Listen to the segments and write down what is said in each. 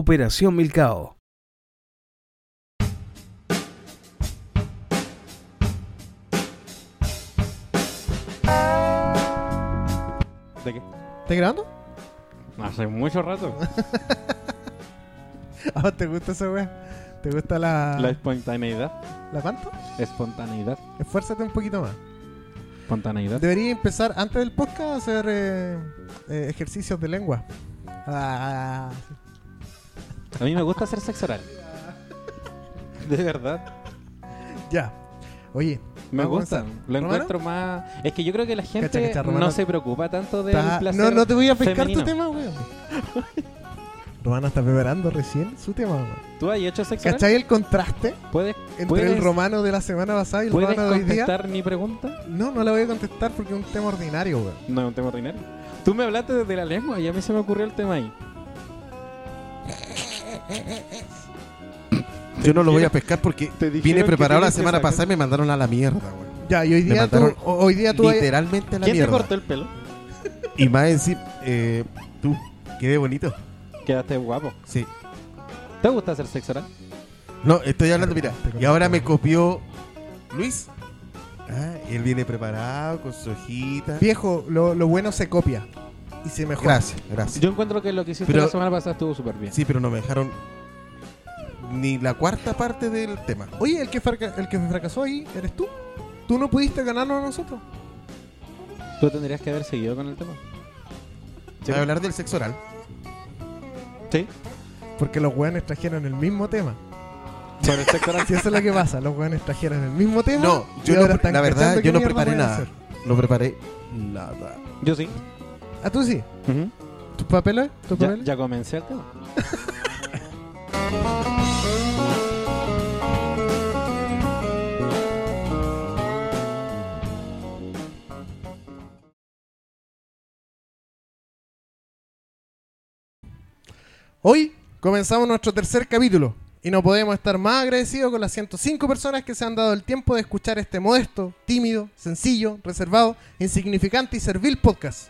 Operación Milcao. ¿De qué? ¿Estás grabando? Hace mucho rato. ¿A vos te gusta esa weá? ¿Te gusta la. La espontaneidad. ¿La cuánto? Espontaneidad. Esfuérzate un poquito más. Espontaneidad. Debería empezar antes del podcast a hacer eh, eh, ejercicios de lengua. Ah, A mí me gusta hacer sexo oral. De verdad. ya. Oye, Me Vamos a gusta. comenzar. Lo ¿Romano? encuentro más. Es que yo creo que la gente Cacha, cacha, Romano. no se preocupa tanto del ta- placer. no, no te voy a pescar femenino. tu tema, weón. Romano está preparando recién su tema, weón. ¿Tú has hecho sexo oral? ¿Cachai el contraste ¿Puedes, entre puedes- el romano de la semana pasada y el ¿puedes romano de hoy día? contestar mi pregunta? No, no la voy a contestar porque es un tema ordinario, weón. No es un tema ordinario. Tú me hablaste desde la lengua y a mí se me ocurrió el tema ahí. Yo no lo voy a pescar porque Te dijeron vine que preparado la tenías que semana sacar- pasada y me mandaron a la mierda, güey. Ya, y hoy Me día tú, mataron ho- hoy día tú hay- Literalmente a la eh, ¿Quién te mierda. cortó el pelo? Y más encima, eh, tú, quedé bonito. Quedaste guapo. Sí. ¿Te gusta hacer sexo oral? No, estoy hablando, mira. Te Y ahora conozco. me copió Luis. Ah, él viene preparado con su hojita. Viejo, lo, lo bueno se copia y se mejora. Gracias, gracias. Yo encuentro que lo que hiciste Pero- la semana pasada estuvo súper bien. Sí, pero no me dejaron ni la cuarta parte del tema. Oye, el que, fraca- el que fracasó ahí eres tú. Tú no pudiste ganarnos a nosotros. Tú tendrías que haber seguido con el tema. Sí. Voy a hablar del sexo oral. Sí. Porque los weones trajeron el mismo tema. Pero el sexo oral Si eso es lo que pasa, los weones trajeron el mismo Ah, tema. No, y yo ahora no, están la verdad, cachando qué yo no mierda preparé pueden nada. hacer. No preparé nada. Yo sí. Ah, tú sí. ¿Tus papeles? ¿Tus ya, papeles? ya comencé el tema. Hoy comenzamos nuestro tercer capítulo. Y no podemos estar más agradecidos con las 105 personas que se han dado el tiempo de escuchar este modesto, tímido, sencillo, reservado, insignificante y servil podcast.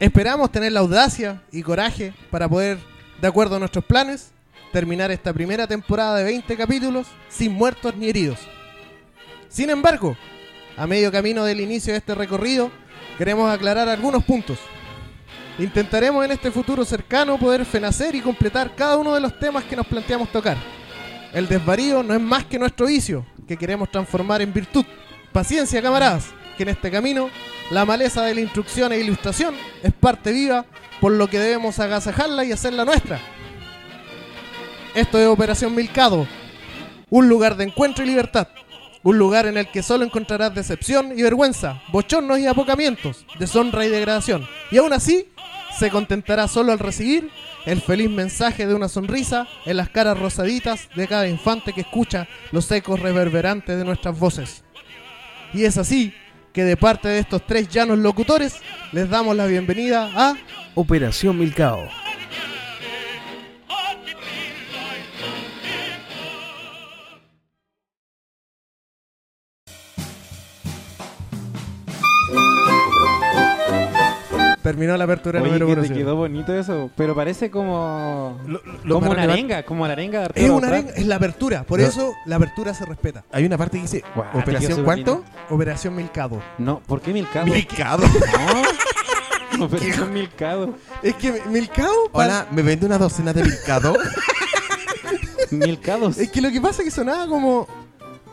Esperamos tener la audacia y coraje para poder, de acuerdo a nuestros planes, terminar esta primera temporada de 20 capítulos sin muertos ni heridos. Sin embargo, a medio camino del inicio de este recorrido, queremos aclarar algunos puntos. Intentaremos en este futuro cercano poder fenacer y completar cada uno de los temas que nos planteamos tocar. El desvarío no es más que nuestro vicio, que queremos transformar en virtud. Paciencia, camaradas, que en este camino la maleza de la instrucción e ilustración es parte viva, por lo que debemos agasajarla y hacerla nuestra. Esto es Operación Milcado, un lugar de encuentro y libertad. Un lugar en el que solo encontrarás decepción y vergüenza, bochornos y apocamientos, deshonra y degradación. Y aún así, se contentará solo al recibir el feliz mensaje de una sonrisa en las caras rosaditas de cada infante que escucha los ecos reverberantes de nuestras voces. Y es así que de parte de estos tres llanos locutores, les damos la bienvenida a... Operación Milcao. Terminó la apertura Oye, número que uno. te señor. quedó bonito eso. Pero parece como. Lo- lo- lo como más una relevante- arenga, como la arenga de Es, Arturo una Prat. arenga- es la apertura, por No. eso la apertura se respeta. Hay una parte que dice, Guau, tío, ¿operación súper cuánto? lindo. Operación Milcado. No, ¿por qué Milcado? Milcado. No, operación Milcado. Es que Milcao... pa- Hola, ¿me vende una docena de milcado? Milcados. Es que lo que pasa es que sonaba como.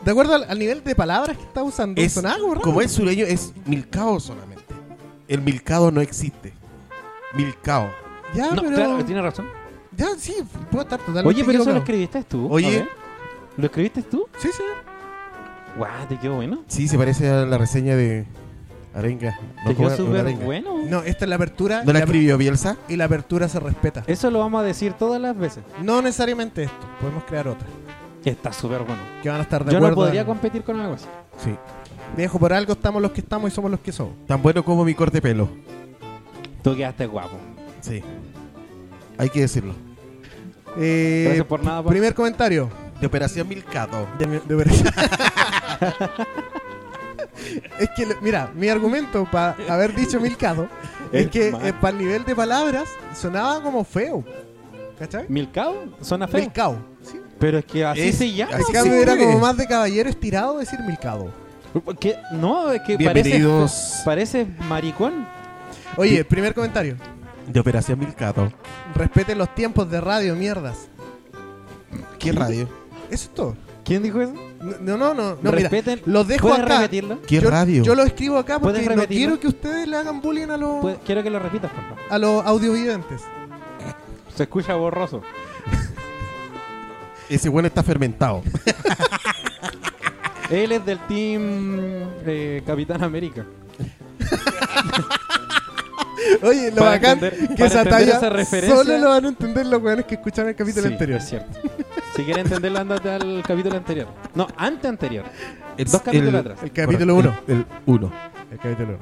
De acuerdo al, al nivel de palabras que está usando, Es- sonaba como raro. Como es sureño, es milcao solamente. El milcado no existe. Milcao. Ya, no, ah, pero. claro, tiene razón. Ya, sí, puedo estar totalmente. Oye, pero eso lo equivocado. escribiste tú. Oye. A ver. ¿Lo escribiste tú? Sí, sí. Guau, te quedó bueno. Sí, se parece a la reseña de Arenga. te No, como quedó una súper arenga. bueno. No, esta es la apertura. ¿No y la la- escribió Bielsa? Y la apertura se respeta. Eso lo vamos a decir todas las veces. No necesariamente esto. Podemos crear otras. Está súper bueno. Que van a estar de Yo no acuerdo. podría en- competir con algo así. Sí. Viejo, por algo estamos los que estamos y somos los que somos. Tan bueno como mi corte de pelo. Tú quedaste guapo. Sí. Hay que decirlo. Eh, Gracias por nada, pues. Pablo. Primer comentario. De operación milcado. De mi- de verdad. es que, lo- mira, mi argumento para haber dicho Milcado es Es que eh, más. para el nivel de palabras sonaba como feo. ¿Cachai? ¿Milcao? Suena feo. Milcao. ¿sí? Pero es que así Es- se llama. así En Sí. cambio, era como Sí. más de caballero estirado decir Milcado. ¿Qué? No, es que parece, Bienvenidos parece maricón. Oye, primer comentario. de Operación Milcado. Respeten los tiempos de radio, mierdas. ¿Qué radio? Eso es todo. ¿Quién dijo eso? No, no, no. no mira, Respeten. los dejo ¿Puedes acá. repetirlo? ¿Qué yo, radio? Yo lo escribo acá porque ¿Puedes no repetirlo? quiero que ustedes le hagan bullying a los, Puede- Quiero que lo repitas, por favor. a los audiovidentes. Se escucha borroso. Ese bueno está fermentado. Él es del team eh, Capitán América. Oye, lo Para bacán entender- que para esa entender talla esa referencia- solo lo van a entender los weones que escucharon el capítulo Sí, anterior. Es cierto. Si quieres entenderlo, andate al capítulo anterior. No, ante anterior. El, Dos capítulos atrás. El capítulo 1. El 1. El capítulo 1.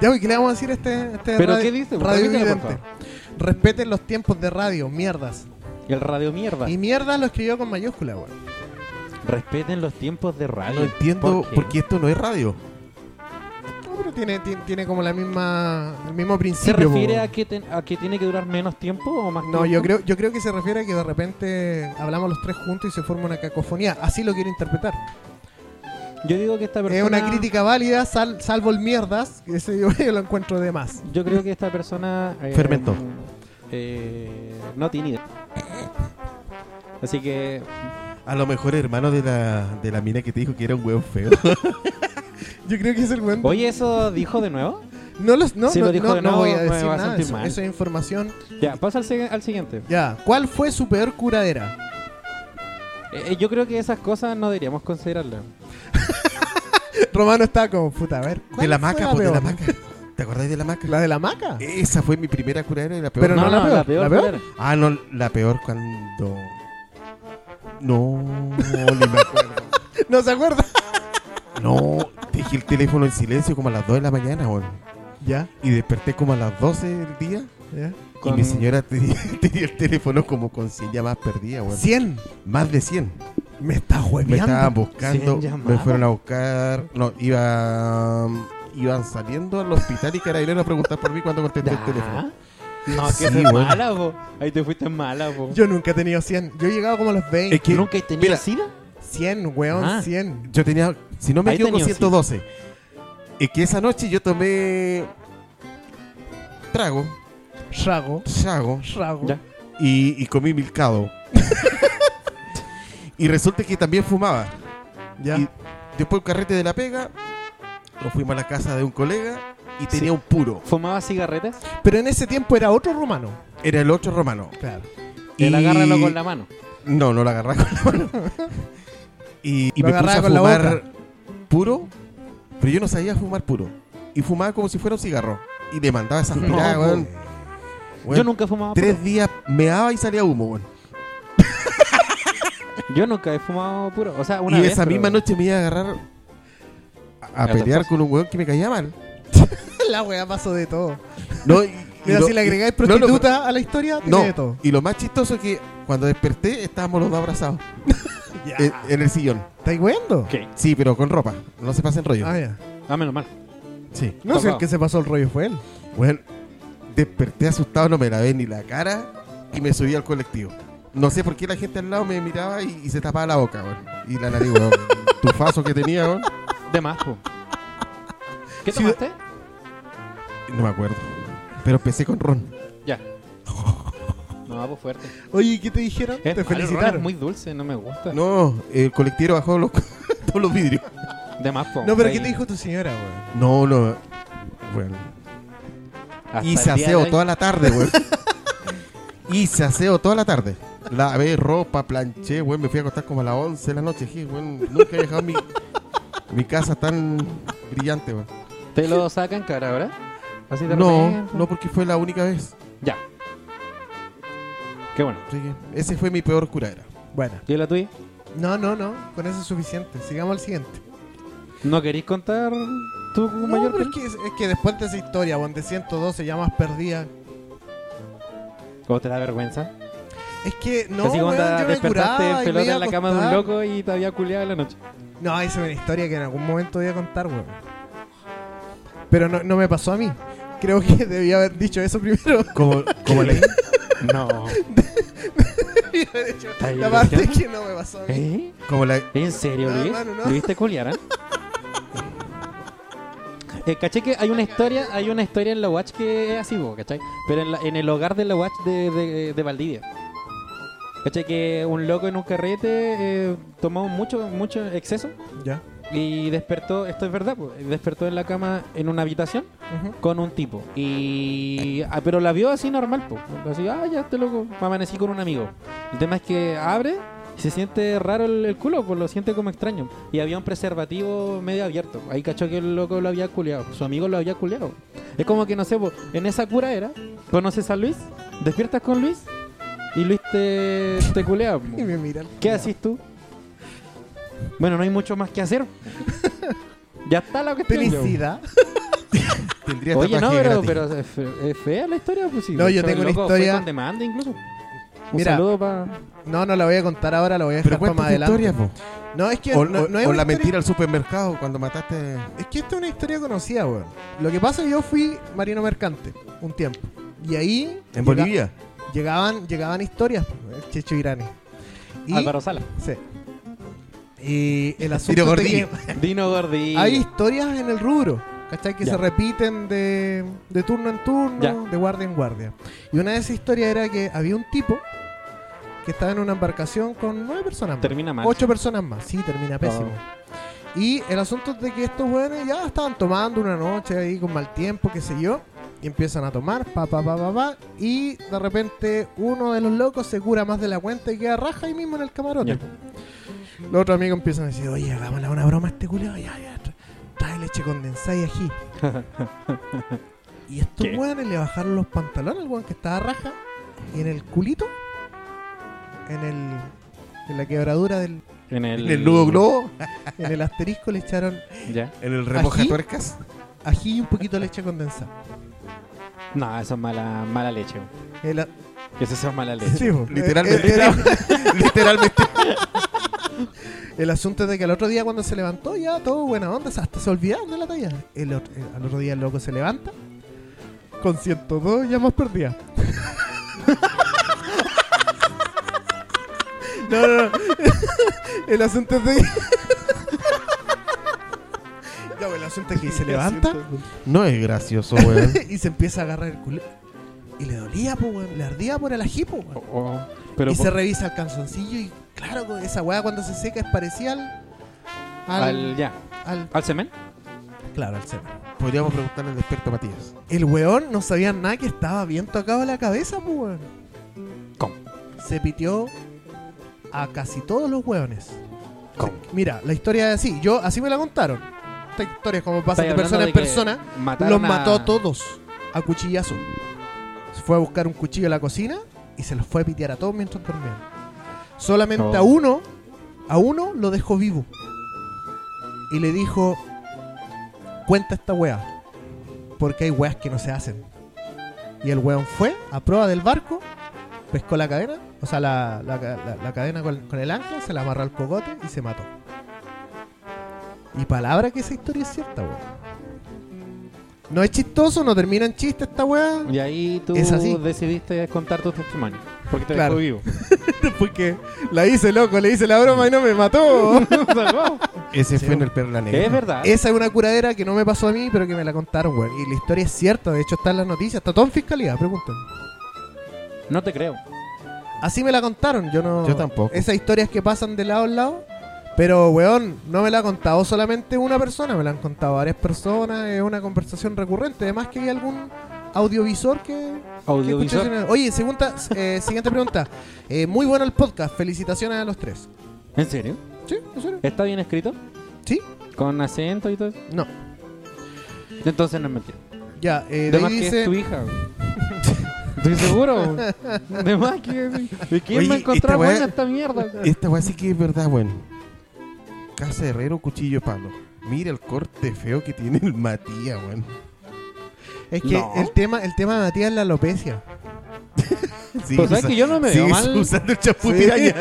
Ya, ¿y qué le vamos a decir a este, a este ¿Pero radio- qué dice? Repítelo, por radiovidente? Respeten los tiempos de radio, mierdas. El radio mierda. Y mierdas lo escribió con mayúscula, weón. Respeten los tiempos de radio. No entiendo ¿Por por qué? qué? esto no es radio. No, pero tiene, tiene, tiene como la misma, el mismo ¿Se principio. refiere po. a que, ten- a que tiene que durar menos tiempo o más No, tiempo? yo creo, yo creo que se refiere a que de repente hablamos los tres juntos y se forma una cacofonía. Así lo quiero interpretar. Yo digo que esta persona. Es una crítica válida, sal- salvo el mierdas. que Ese yo, yo lo encuentro de más. Yo creo que esta persona. eh, Fermentó. eh, no tiene idea. Así que. A lo mejor hermano de la, de la mina que te dijo que era un huevo feo. Yo creo que es el buen. Oye, ¿eso dijo de nuevo? No, los, no, Sí, no, lo dijo no- de no nuevo, voy a me decir va a nada. de sentir Eso, mal. eso es información. Ya, pasa al, sig- al siguiente. Ya. ¿Cuál fue su peor curadera? Eh, eh, yo creo que esas cosas no deberíamos considerarlas. Romano está como puta. A ver. ¿cuál De la fue maca, po, de la peor? maca. ¿Te acordás de la maca? ¿La de la maca? Esa fue mi primera curadera y la peor. Pero no, la peor, ¿la peor? cuál era? Ah, no, la peor cuando. No, ni me acuerdo. No se acuerda. No, dejé el teléfono en silencio como a las 2 de la mañana, weón. Ya, Y desperté como a las 12 del día. ya. Y Con- mi señora tenía, tenía el teléfono como con 100 llamadas perdidas, weón. 100. Más de 100. Me está Me estaban hueveando. buscando, 100 me llamadas. fueron a buscar. No, iba, iban saliendo al hospital y carabineros a preguntar por mí cuando contesté el Ya. teléfono. No, Sí, que esa es bueno. mala, po. Ahí te fuiste mala, po. Yo nunca he tenido 100. Yo he llegado como a los 20. Es que ¿Nunca he tenido Mira. sida? 100, weón, Ah. 100. Yo tenía, si no me Ahí equivoco, tenía, sí. 112. Es que esa noche yo tomé trago, Rago, chago rago. Ya. y, y comí milcado. y resulta que también fumaba. Ya. Y después un carrete de la pega, nos fuimos a la casa de un colega y tenía un puro. ¿Fumaba cigarretas? Pero en ese tiempo era otro romano. Era el otro romano. Claro. Y Y- el agárralo con la mano. No, no lo agarraba con la mano. Y, y Lo me puse a agarraba con la fumar puro, pero yo no sabía fumar puro. Y fumaba como si fuera un cigarro. Y le mandaba esas No, miradas, po. weón. Weón, Yo nunca he fumado Tres días meaba y salía humo, weón. puro. Yo nunca he fumado puro. O sea, una Y vez, esa pero- misma noche me iba a agarrar a, a Ya, pelear después. con un weón que me caía mal. La weá pasó de todo. No, y- Mira, y lo- si le agregáis no, no, prostituta a la historia, tiene No, de todo. y lo más chistoso es que cuando desperté estábamos los dos abrazados Ya. en, en el sillón. ¿Estáis weando? ¿Qué? Sí, pero con ropa. No se pasen rollo. Ah, ya. Ah, menos mal. Sí. No sé, el Tocado. que se pasó el rollo fue él. Bueno, desperté asustado, no me lavé ni la cara y me subí al colectivo. No sé por qué la gente al lado me miraba y, y se tapaba la boca, weón. Y la nariz, weón. El Tufazo que tenía, weón. De más, po. ¿Qué Ciudad- tomaste? No me acuerdo. Pero empecé con ron. Ya. No, pues fuerte. Oye, ¿y ¿qué te dijeron? Es te malo, el ron felicitaron. Es ¿Eh? muy dulce, no me gusta. No, el colectivo bajó los, todos los vidrios. De más, po. No, pero Ahí- ¿qué te dijo tu señora, weón? No, no. Bueno. Hasta Y el se día de aseo hoy- toda la tarde, weón. Y se aseo toda la tarde. Lavé ropa, planché, weón. Me fui a acostar como a las 11 de la noche. dije, weón, nunca he dejado mi, mi casa tan brillante, weón. ¿Te lo sacan cara ahora? Así de No, repente. no porque fue la única vez. Ya. Qué bueno. Así que ese fue mi peor curadera. Buena. ¿Y la tuya? No, no, no. Con eso es suficiente. Sigamos al siguiente. ¿No queréis contar tu No, mayor pero es que, es que después de esa historia, weón, de 112 llamas perdidas. ¿O te da vergüenza? Es que no, Así como weón, onda, yo me despertaste curaba en y me pelota iba en a la cama de un acostar. loco y te había culeado en la noche. No, esa es una historia que en algún momento voy a contar, weón. Pero no, no me pasó a mí. Creo que debía haber dicho eso primero. Como, como, la, No. La parte que no me pasó a mí. ¿Eh? Como la. ¿En serio, No, Luis? hermano, no. ¿Lo viste culiar, ah? Eh, caché que hay una historia, hay una historia en la Watch que es así, po, ¿cachai? Pero en, la- en el hogar de la Watch de, de- de Valdivia. ¿Cachai? Que un loco en un carrete eh, tomó mucho, mucho exceso Ya. y despertó, esto es verdad, po, despertó en la cama en una habitación Ujú. con un tipo. Y. ah, pero la vio así normal, po. Así, ah, ya este loco. Me amanecí con un amigo. El tema es que abre, se siente raro el, el culo, pues lo siente como extraño. Y había un preservativo medio abierto. Ahí cachó que el loco lo había culeado. Su amigo lo había culeado. Es como que no sé, po, en esa cura era. Conoces a Luis, despiertas con Luis y Luis te, te culea. po. Y me miran. ¿Qué haces tú? Bueno, no hay mucho más que hacer. ya está la cuestión. yo. Tenicidad. Tendría Oye, no, tatuaje pero, gratis. pero es, fe- es fea la historia, pues sí. No, De yo hecho, tengo el una loco fue historia- con demanda incluso. Un Mira. saludo para... No, no la voy a contar ahora, la voy a dejar Pero para cuenta más tu adelante. historia, po. No, es que O, no, o- no es una o la historia- mentira al supermercado cuando mataste. Es que esta es una historia conocida, weón. Lo que pasa es que yo fui marino mercante un tiempo. Y ahí. llega- En Bolivia. Llegaban, llegaban historias, el Checho Irani. Y, Álvaro Sala. sí. Y el Tiro asunto es que gordillo. Dino Gordi. hay historias en el rubro, ¿cachai? Que Ya. se repiten de, de turno en turno, Ya. de guardia en guardia. Y una de esas historias era que había un tipo que estaba en una embarcación con nueve personas más. Termina mal. Ocho personas más, sí, termina pésimo. Y el asunto es de que estos jóvenes ya estaban tomando una noche ahí con mal tiempo, qué sé yo. Y empiezan a tomar, pa, pa, pa, pa, pa. Y de repente uno de los locos se cura más de la cuenta y queda raja ahí mismo en el camarote. Ya. Los otros amigos empiezan a decir, oye, hagámosle una broma a este culiao, ya, ya, tra- trae leche condensada y ají. y estos ¿Qué? weones le bajaron los pantalones al weón que estaba raja y en el culito, en el en la quebradura del En el... En el nudo globo. en el asterisco le echaron Ya. En el remoja ¿Ají? tuercas. ají y un poquito de leche condensada. No, eso es mala, mala leche. bo. El a- Eso es mala leche. Sí, po. Literalmente. Eh, era- Literalmente. El asunto es de que al otro día cuando se levantó ya todo buena onda, o sea, hasta se olvidaron de la talla. El ot- el- al otro día el loco se levanta con 102 llamas perdidas. no, no, no. El asunto es de que... Ya, pues, el asunto es que se levanta No es gracioso, weón. y se empieza a agarrar el culo. Y le dolía, pues, weón. Le ardía por el ají, po, weón. Oh, oh. Pero y po- se revisa el calzoncillo y claro, con esa weá cuando se seca es parecida al... al, ya. al- ¿Al semen? claro, al semen. Podríamos preguntarle al experto Matías. El weón no sabía nada que estaba bien tocado la cabeza, pues weón. ¿Cómo? Se pitió a casi todos los weones. Mira, la historia es así. Yo, así me la contaron. Esta historia es como pasa Estáis de hablando persona de en que persona. mataron Los a- mató a todos a cuchillazo. Se fue a buscar un cuchillo a la cocina y se los fue a pitear a todos mientras dormían. Solamente No. a uno, a uno lo dejó vivo. Y le dijo, cuenta esta wea, porque hay weas que no se hacen. Y el weón fue a prueba del barco, pescó la cadena, o sea, la, la ca- la- la cadena con, con el ancla, se la amarró al cogote y se mató. Y palabra que esa historia es cierta, weón. No es chistoso, no termina en chiste esta weá. Y ahí tú Es así. decidiste contar tu testimonio. Porque te Claro. dejó vivo. Porque la hice loco, le hice la broma y no me mató. Salvado. Ese Sí, fue en weón. el Perla Negra. es verdad. Esa es una curadera que no me pasó a mí, pero que me la contaron, weón. Y la historia es cierta, de hecho está en las noticias, está todo en fiscalía, pregunten. No te creo. Así me la contaron, yo no. Yo tampoco. Esas historias que pasan de lado a lado. Pero, weón, no me la ha contado solamente una persona, me la han contado varias personas, es una conversación recurrente. Además que hay algún autovisor que, que escuché Audiovisual. ese- Oye, segunda- eh, siguiente pregunta. Eh, muy bueno el podcast, felicitaciones a los tres. ¿En serio? ¿Sí? ¿En serio? ¿Está bien escrito? ¿Sí? ¿Con acento y todo eso? No. Entonces no es mentira. Ya, eh, de De ahí más que es tu dice... hija. Estoy seguro. De más que. ¿De quién Oye, me encontré esta weá- buena esta mierda? Esta weá sí que es verdad, weón. Casa de Herrero, cuchillo palo. Mira el corte feo que tiene el Matías, weón. Es que No. el, tema, el tema de Matías es la alopecia. Sí, Pues, ¿sabes usa- que yo no me sigue veo mal? usando el champú Sí. piraña.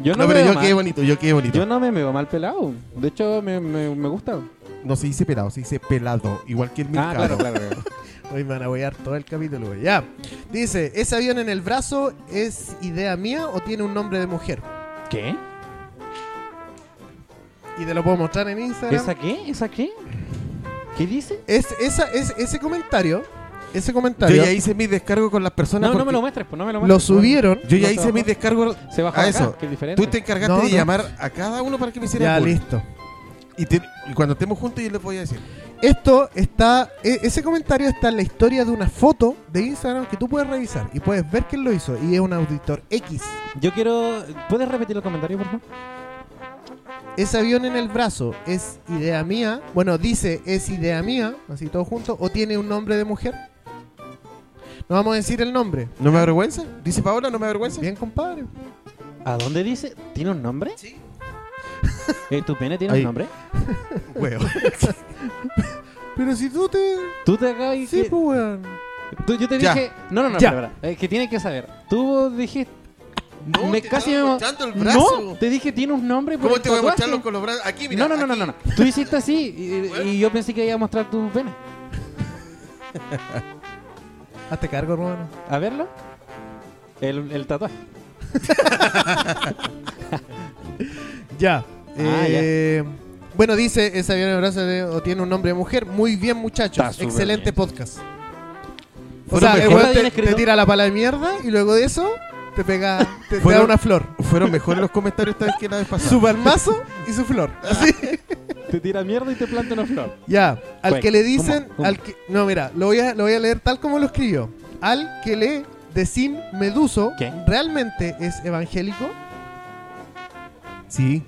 Yo no, No, me pero veo yo mal. quedé bonito, yo quedé bonito. Yo no me veo mal pelado. De hecho, me, me, me gusta. No se dice pelado, se dice pelado. Igual que el Ah, claro, mercado. claro. claro. Hoy me van a huear todo el capítulo, güey. Ya. Dice, ¿ese avión en el brazo es idea mía o tiene un nombre de mujer? ¿Qué? Y te lo puedo mostrar en Instagram. ¿Esa qué? ¿Esa qué? ¿Qué dice? Es, esa, es, ese comentario, ese Yo comentario, ya hice mi descargo con las personas. No, no me lo porque muestres, pues no me lo lo muestres. subieron. Yo ya No, hice mi no. descargo. Se bajó a acá, Ah, eso. que es diferente. Tú te encargaste No, de no. llamar a cada uno para que me hiciera Ya, bullying. listo. Y, te- y cuando estemos juntos yo les voy a decir. Esto está, e- ese comentario está en la historia de una foto de Instagram que tú puedes revisar y puedes ver quién lo hizo. Y es un auditor X. Yo quiero. ¿Puedes repetir el comentario, por favor? Ese avión en el brazo es idea mía. Bueno, dice es idea mía, así todo junto, o tiene un nombre de mujer. No vamos a decir el nombre. ¿No me avergüenza? Dice Paola, ¿no me avergüenza? Bien, compadre. ¿A dónde dice? ¿Tiene un nombre? Sí. ¿Tu pene tiene Ahí. un nombre? Huevo. Pero si tú te. Tú te acabas y Sí, que- pues, weón. tú- yo te Ya. dije. No, no, no, Ya. espera, espera. Eh, que tienes que saber. Tú dijiste. No, me te casi estaba me- mostrando el brazo. No, te dije, tiene un nombre. por ¿Cómo el te voy a tatuaje. mostrarlo con los brazos? Aquí, mira. No, no, no, no, aquí. no, no. Tú hiciste así y, y yo pensé que iba a mostrar tu pene. Hazte cargo, hermano. A verlo. El, el tatuaje. Ya. Ah, Eh, Bueno, dice ese avión en el brazo de- o tiene un nombre de mujer. Muy bien, Está muchachos. súper Excelente bien. podcast. O Fueron sea, el mejor- weón Está bien te, escrito. te tira la pala de mierda y luego de eso te pega, te, te da Fueron- una flor. Fueron mejores los comentarios esta vez que la vez pasada. Su palmazo y su flor. Así. Te tira mierda y te planta una flor. Ya, al Bueno, que le dicen, ¿cómo? ¿Cómo? al que no, mira, lo voy a lo voy a leer tal como lo escribió. Al que le decín Meduso, ¿Qué? ¿realmente es evangélico? Sí,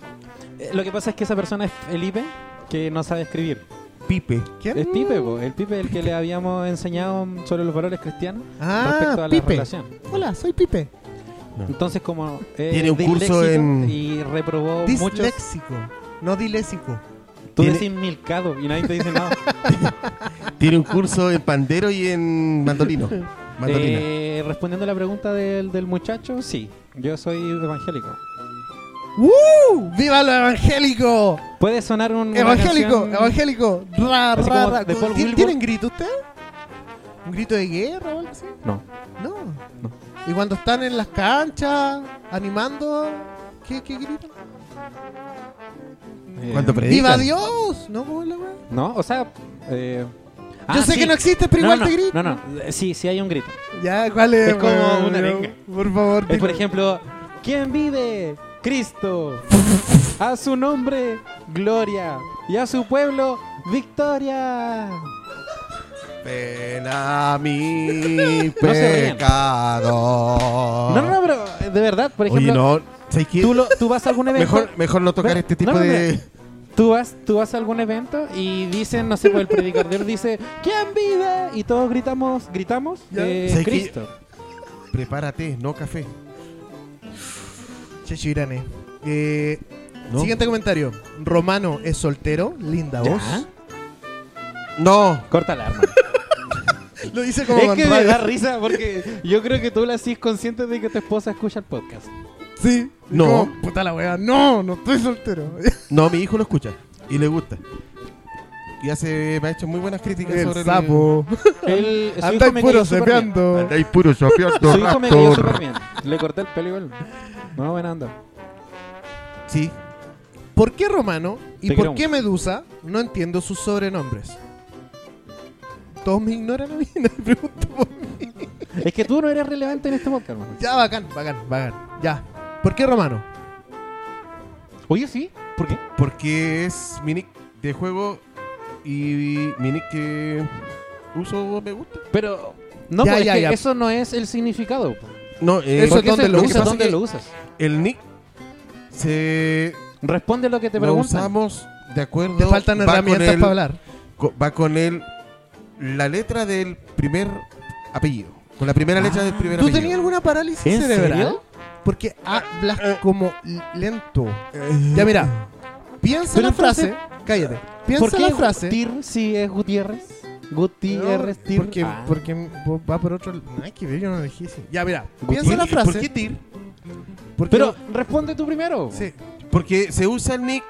Eh, Lo que pasa es que esa persona es Felipe, que no sabe escribir. Pipe. ¿Quién? Es Pipe, po, el Pipe el que le habíamos enseñado sobre los valores cristianos respecto Ah, a la Pipe. relación. Hola, soy Pipe. Entonces, como eh, Tiene un curso disléxico en- y reprobó muchos, Disléxico, no diléxico. tú Tiene- decís milcado y nadie te dice nada. Tiene un curso en pandero y en mandolino. Mandolina. Eh, respondiendo a la pregunta del, del muchacho, sí, yo soy evangélico. ¡Woo! ¡Viva lo evangélico! Puede sonar un una Evangélico, canción- evangélico. Ra, Así ra, como ra. de Paul ¿Tien- Wilbur. ¿Tienen grito usted? ¿Un grito de guerra o algo así? No. No. No. ¿Y cuando están en las canchas animando? ¿Qué, qué gritan? eh, Cuando predican. ¡Viva Dios! ¿No? ¿Cómo es la weá? No, o sea, eh, ah, Yo sé sí. que no existe, pero No, igual no, te grito. No, no, eh, sí, sí hay un grito. Ya, ¿cuál es? Es como weón? una arenga. Por favor, Es dilo. por ejemplo, ¿quién vive? Cristo. A su nombre, gloria. Y a su pueblo, victoria. Ah. Ven a mi No se rían. pecado. No, no, no, pero eh, de verdad, por Oye, ejemplo, no. ¿sabes qué? tú, lo- tú vas a algún evento. Mejor, mejor no tocar Ve- este tipo no, no, de. Tú vas, tú vas a algún evento y dicen, no sé, pues el predicador dice, ¿quién vive? Y todos gritamos, gritamos, Ya. eh, ¿Sabes qué? Cristo. Prepárate, no café. Chechirane. Eh, No. Siguiente comentario. Romano es soltero. Linda Ya. voz. No. Corta la arma. Lo dice como es Van que me Ryan. da risa porque yo creo que tú la haces consciente de que tu esposa escucha el podcast. Sí. No. Como, puta la weá. No, no estoy soltero. No, mi hijo lo escucha. Y le gusta. Y hace, me ha hecho muy buenas críticas sobre El el- sapo. Él, su hijo Andáis me puro cayó súper bien. cepeando. Andáis puro sapeando, Su hijo me cayó raptor. súper bien. Le corté el pelo igual. No, buena onda. Sí. ¿Por qué Romano y Te por quiero qué Medusa? No entiendo sus sobrenombres. Todos me ignoran a mí. No me pregunto por mí. Es que tú no eres relevante en este podcast, hermano. Ya, bacán, bacán, bacán. Ya. ¿Por qué Romano? Oye, sí. ¿Por qué? Porque es mi nick de juego y mi nick que uso me gusta. Pero. No, Ya, pues, es ya, que ya. eso no es el significado. po. No, eh, Eso Porque ¿dónde es lo el- usas? pasa ¿Dónde que lo usas? El nick se Responde lo que te lo preguntan. usamos de acuerdo. Te faltan va herramientas con el- para hablar. co- Va con el la letra del primer apellido. Con la primera letra del primer Ah, ¿Tú apellido. tenías alguna parálisis ¿En cerebral? serio? Porque Eh. hablas como lento. Ya mira, piensa Pero la frase. entonces- Cállate. Piensa la frase. Gutir si es Gutiérrez? Gutiérrez, Tir. Porque, Ah. porque vos va por otro. No hay que ver, yo no lo dije. así. Ya, mira, ¿Por piensa qué- la frase. ¿Por qué TIR? porque Pero responde tú primero. no- sí. Porque se usa el nick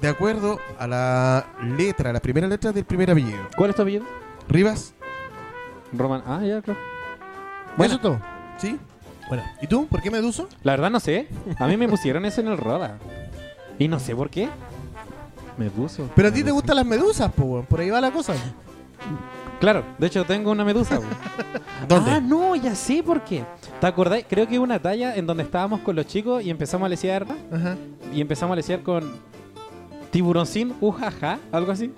de acuerdo a la letra, la primera letra del primer apellido. ¿Cuál es tu apellido? Rivas Roman. Ah, ya, claro. Eso es todo. ¿Sí? Bueno. ¿Y tú? ¿Por qué Meduso? La verdad no sé. A mí me pusieron eso en el Roda. Y no sé por qué. Me puso. Pero a ti Me te puso. gustan las medusas, po, weón. Por ahí va la cosa. Claro, de hecho tengo una medusa. weón. ¿Dónde? Ah, no, ya sé por qué. ¿Te acordáis? Creo que hubo una talla en donde estábamos con los chicos y empezamos a lesear Ajá. y empezamos a lesear con tiburoncín, ujaja, algo así.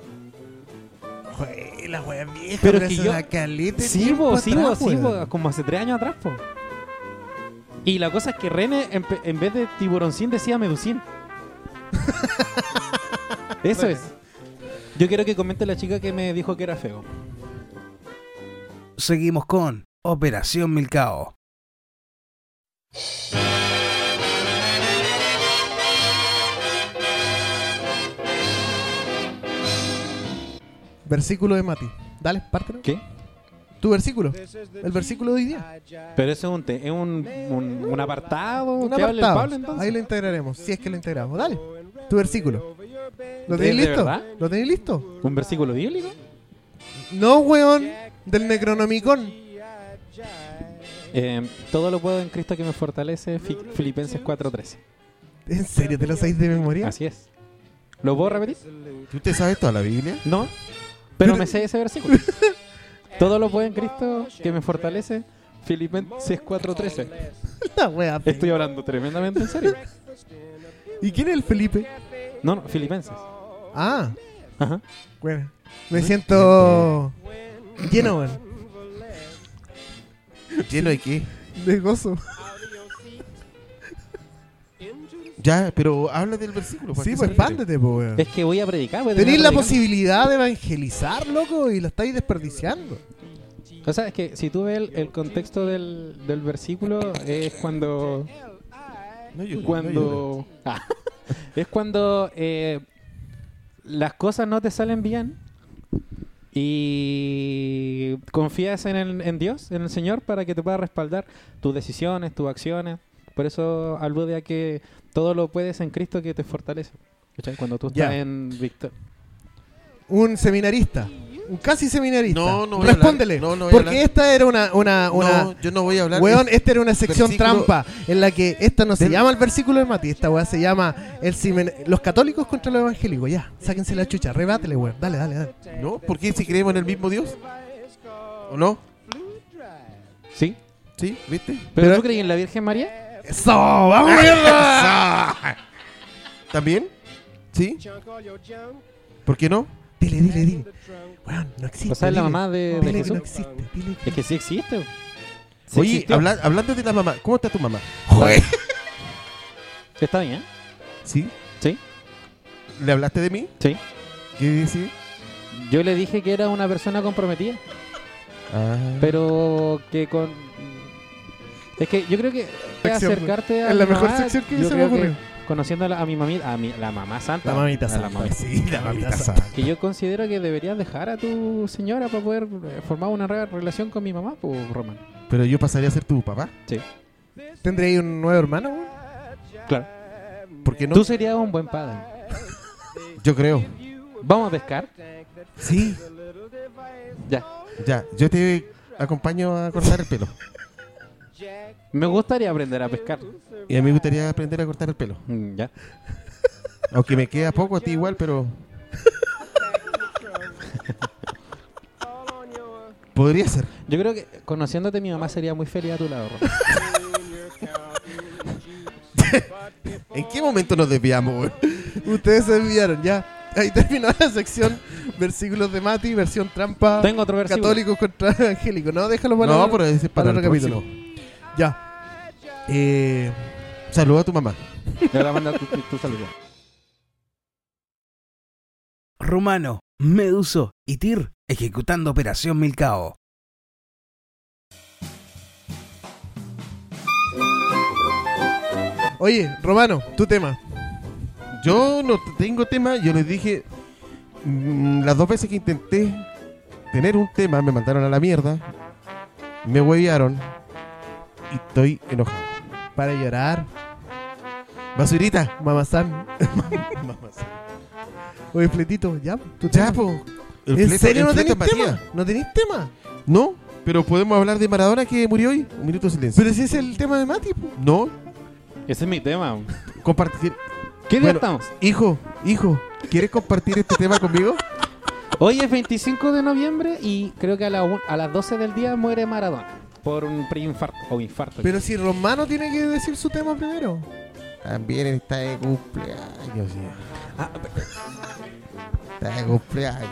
Jue- La wea vieja. Pero es que eso yo- da caleta de Sí, tiempo bo, sí, bo, atrás, sí, weón. bo, como hace tres años atrás, po. Y la cosa es que René, en, pe- en vez de tiburoncín, decía meducín. Eso es. Yo quiero que comente la chica que me dijo que era feo. Seguimos con Operación Milcao. Versículo de Mati. Dale, pártelo. ¿Qué? Tu versículo. El versículo de hoy Ah, día. Pero eso es un, te- es un, un- un apartado Un que habla el apartado. Pablo, entonces. Ahí lo integraremos. Si es que lo integramos. Dale. Tu versículo. ¿Lo ¿De- de tenéis listo? verdad? ¿Lo tenéis listo? ¿Un versículo bíblico? No, weón. Del Necronomicon. Eh, todo lo puedo en Cristo que me fortalece, Fi- Filipenses 4.13. ¿En serio te lo sabéis de memoria? Así es. ¿Lo puedo repetir? ¿Tú te sabes toda la Biblia? No, pero me sé ese versículo. Todo lo puedo en Cristo que me fortalece, Filipenses 4.13. La wea. Estoy hablando tremendamente en serio. ¿Y quién es el Felipe? No, no, Filipenses. Ah. Ajá. Bueno, me siento lleno, weón, ¿Lleno de qué? de gozo. Ya, pero habla del versículo. ¿para Sí, qué pues se refiere? expándete, po, weón. Es que voy a predicar. voy a Tenéis la terminar predicando. posibilidad de evangelizar, loco, y la estáis desperdiciando. O sea, es que si tú ves el, el contexto del, del versículo, es cuando No llores, no llores. cuando Ah, es cuando eh, las cosas no te salen bien y confías en, el- en Dios, en el Señor, para que te pueda respaldar tus decisiones, tus acciones. Por eso alude a que todo lo puedes en Cristo que te fortalece. ¿Cachai? Cuando tú estás Ya. en Víctor. Un seminarista, un casi seminarista. No, no voy a Respóndele, hablar. No, no voy a porque hablar. esta era una... una, Ah, una No, yo no voy a hablar. Weón, Es- esta era una sección versículo- trampa en la que esta no se Del- llama el versículo de Mati, esta weá se llama el simen- los católicos contra los evangélicos. Ya, sáquense la chucha, rebátele, weón. Dale, dale, dale. ¿No? ¿Por qué si creemos en el mismo Dios? ¿O no? ¿Sí? ¿Sí? ¿Viste? ¿Pero, Pero- tú creí en la Virgen María? ¡Eso! ¡Vamos, mierda! Ah. ¿También? ¿Sí? ¿Por qué no? Dile, dile, dile. Weón, no existe. O sea, es la dile. mamá de, de Dile que Jesús. no existe. Dile que Es que sí existe. Sí Oye, existió. habla- hablando de la mamá, ¿cómo está tu mamá? Está bien, ¿eh? ¿Sí? Sí. ¿Le hablaste de mí? Sí. ¿Qué dice? Yo le dije que era una persona comprometida. Ah. Pero que con. Es que yo creo que Sección, acercarte a. pues. es la mi mejor mamá, sección que yo se me creo que ocurrió. Conociendo a, la- a mi mamita, a mi, la mamá santa. La mamita a santa. mamita. Sí, la mamita Mamita santa. Que yo considero que deberías dejar a tu señora para poder eh, formar una re- relación con mi mamá, pues, Roman. Pero yo pasaría a ser tu papá. ¿Tendré ahí un nuevo hermano, weón? Claro. ¿Por qué no? Tú serías un buen padre. Yo creo. Vamos a pescar. Sí. Ya. Ya, yo te acompaño a cortar el pelo. Me gustaría aprender a pescar. Y a mí me gustaría aprender a cortar el pelo. Mm, Ya. Aunque me queda poco a ti igual, pero... Podría ser. Yo creo que conociéndote, mi mamá sería muy feliz a tu lado, Roman. ¿En qué momento nos desviamos, güey? Ustedes se enviaron, ya. Ahí terminó la sección versículos de Mati, versión trampa, Tengo otro versículo. católicos contra evangélicos. No, déjalo para No, otro- pero ese es para para el otro capítulo. capítulo. Ya. Eh, Saluda a tu mamá. Le voy a mandar tu, tu- tu saludo. Rumano, Meduso y Tir ejecutando Operación Milcao. oye, Romano, tu tema. Yo no t- tengo tema, yo les dije mm, las dos veces que intenté tener un tema, me mandaron a la mierda, me huevearon y estoy enojado. Para llorar, Basurita, mamazán. Oye, fletito, ya. Tu tema. ya, po. El ¿En fleto- serio el no fleto tenéis empatía. tema? ¿No tenéis tema? No, Pero podemos hablar de Maradona que murió hoy. Un minuto de silencio. Pero si es el tema de Mati, pues. po. No, Ese es mi tema. weón. compartir. ¿Qué día Bueno. estamos? Hijo, hijo, ¿quieres compartir este tema conmigo? Hoy es 25 de noviembre y creo que a, la un- a las 12 del día muere Maradona. Por un preinfarto o infarto. Pero si Romano tiene que decir su tema primero. También está de cumpleaños. ya. Está de cumpleaños.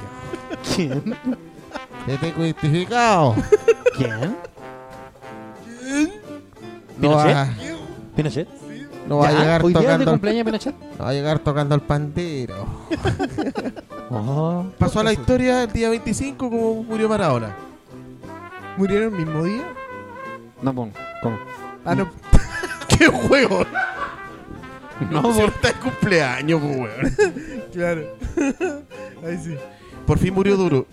¿Quién? Te tengo identificado. ¿Quién? No va, ¿Pinochet? no va a Ya, llegar ¿Hoy día es de tocando. cumpleaños de Pinochet? no va a llegar tocando al pandero. Oh. Pasó a la historia el día 25 como murió Maradona. ¿Murieron el mismo día? No, pon- ¿cómo? Ah, no. ¡Qué juego! No, Si por- está de cumpleaños, pues, weón. Claro. Ahí sí. Por fin murió duro.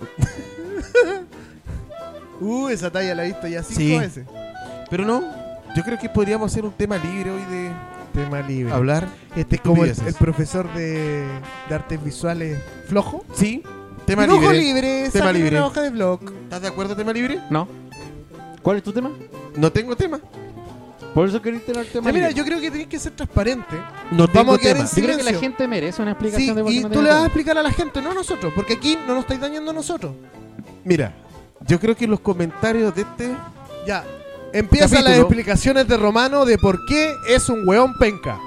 Uh, esa talla la he visto ya cinco Sí. veces. Pero no, yo creo que podríamos hacer un tema libre hoy de Tema libre. hablar. Este es como el, Estupideces. el profesor de, de artes visuales flojo. Sí, tema Flojo libre. libre, Tema saquen libre. una hoja de blog. ¿Estás de acuerdo, tema libre? no. ¿Cuál es tu tema? No tengo tema. Por eso quería tener tema. Ya, mira, libre. yo creo que tenés que ser transparente. No tengo Vamos a quedar tema. Yo en creo que la silencio. gente merece una explicación Sí, de por qué y no tú tiene le vas a tema. explicar a la gente, no a nosotros, porque aquí no nos estáis dañando a nosotros. Mira, yo creo que los comentarios de este Ya, empiezan las Capítulo. explicaciones de Romano de por qué es un weón penca.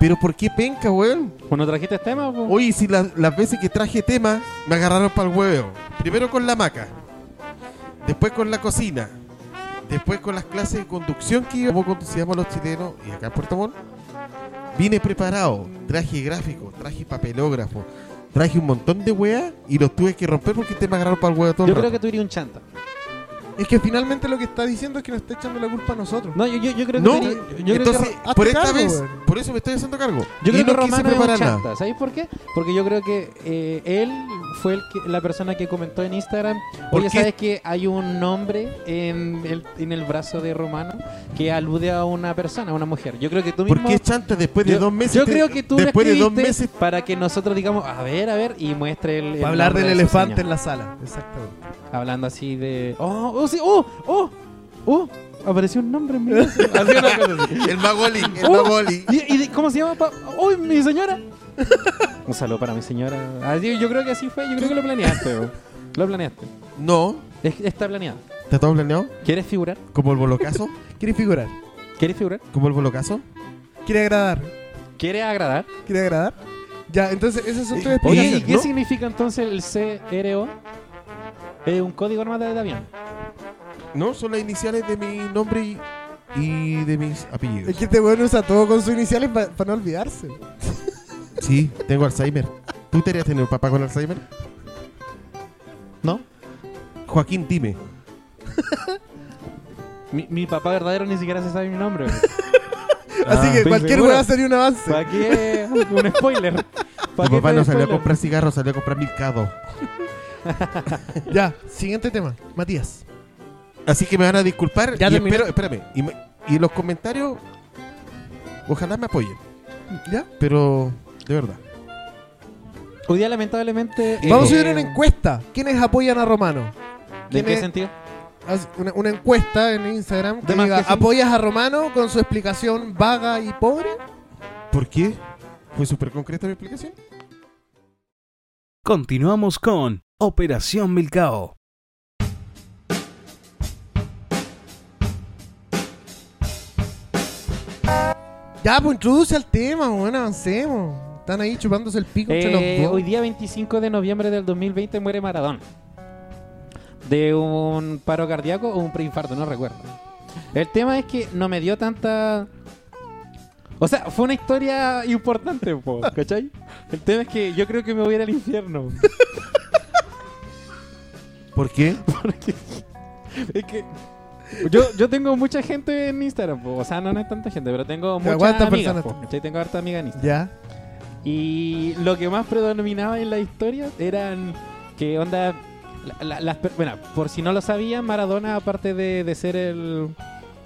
Pero ¿por qué penca, weón? Bueno, trajiste tema. po? Oye, si la- las veces que traje tema, me agarraron para el huevo. Primero con la maca, después con la cocina, después con las clases de conducción que como conducíamos los chilenos y acá en Puerto Montt. Vine preparado, traje gráfico, traje papelógrafo, traje un montón de weas y los tuve que romper porque te me agarraron para el huevo todo yo el creo rato. que tú irías un chanta. Es que finalmente lo que está diciendo es que nos está echando la culpa a nosotros. No, yo, yo, yo creo que No, tú irías- yo- yo creo que entonces, hazte por esta cargo, vez, weón. por eso me estoy haciendo cargo. Yo Y creo que no quise Romano es un preparar nada. chanta. ¿Sabéis por qué? Porque yo creo que eh, él fue el que- la persona que comentó en Instagram. ¿Por Oye, qué? ¿sabes que hay un nombre en el, en el brazo de Romano que alude a una persona, a una mujer? Yo creo que tú mismo. ¿Por qué chanta después de yo, dos meses? yo te- creo que tú después de dos escribiste meses para que nosotros digamos, a ver, a ver, y muestre el. el Para hablar nombre del de su elefante en señor. la sala. Exactamente. Hablando así de. ¡Oh, oh, sí! ¡Oh, oh! ¡Oh! Apareció un nombre en mi brazo. Así una cosa así. El Magoli, el Oh. Magoli. ¿Y, y de- cómo se llama? Pa- ¡Uy, mi señora! Un saludo para mi señora. Ah, sí, yo creo que así fue, yo creo que lo planeaste, bro. Lo planeaste. No, Es- está planeado. ¿Está todo planeado? ¿Quieres figurar? ¿Como el bolocazo? Quiere figurar. ¿Quieres figurar? ¿Como el bolocazo? Quiere agradar. ¿Quieres agradar? Quiere agradar. Ya, entonces esas son tus Eh, Oye, Oye, ¿y explicaciones. qué ¿no? significa entonces el CRO? Es un código normal de avión. No, son las iniciales de mi nombre y, y de mis apellidos. Es que este weón usa todo con sus iniciales para no olvidarse. Sí, tengo Alzheimer. ¿Tú te harías tener un papá con Alzheimer? ¿No? Joaquín, dime. Mi, mi papá verdadero ni siquiera se sabe mi nombre. bro. Así que Ah, estoy cualquier seguro. weón sería un avance. ¿Para qué un spoiler? Tu ¿Para qué papá te no salió a spoiler? comprar cigarros, salió a comprar milcado. Ya, siguiente tema. Matías. Así que me van a disculpar. Ya y terminé. espero- espérame. Y, me- y en los comentarios, ojalá me apoyen. ¿Ya? Pero, de verdad. Hoy día, lamentablemente. Vamos a eh, subir una encuesta. ¿Quiénes apoyan a Romano? ¿De ¿Quién qué es? sentido? Haz una, una encuesta en Instagram que De más diga, que sí. ¿apoyas a Romano con su explicación vaga y pobre? ¿Por qué? ¿Fue súper concreta mi explicación? Continuamos con Operación Milcao. Ya, pues introduce al tema, bueno, avancemos. Están ahí chupándose el pico entre Eh, los dos. hoy día 25 de noviembre del 2020 muere Maradona. De un paro cardíaco o un preinfarto, no recuerdo. El tema es que no me dio tanta... O sea, fue una historia importante, po, ¿cachai? El tema es que yo creo que me voy a ir al infierno. ¿Por qué? Porque es que yo, yo tengo mucha gente en Instagram, po. o sea, no, no es tanta gente, pero tengo muchas ¿cuántas amigas. personas po, ¿cachai? tengo harta amiga en Instagram. Ya. Y lo que más predominaba en la historia eran que onda. la- la- las per- bueno, por si no lo sabían, Maradona, aparte de, de ser el,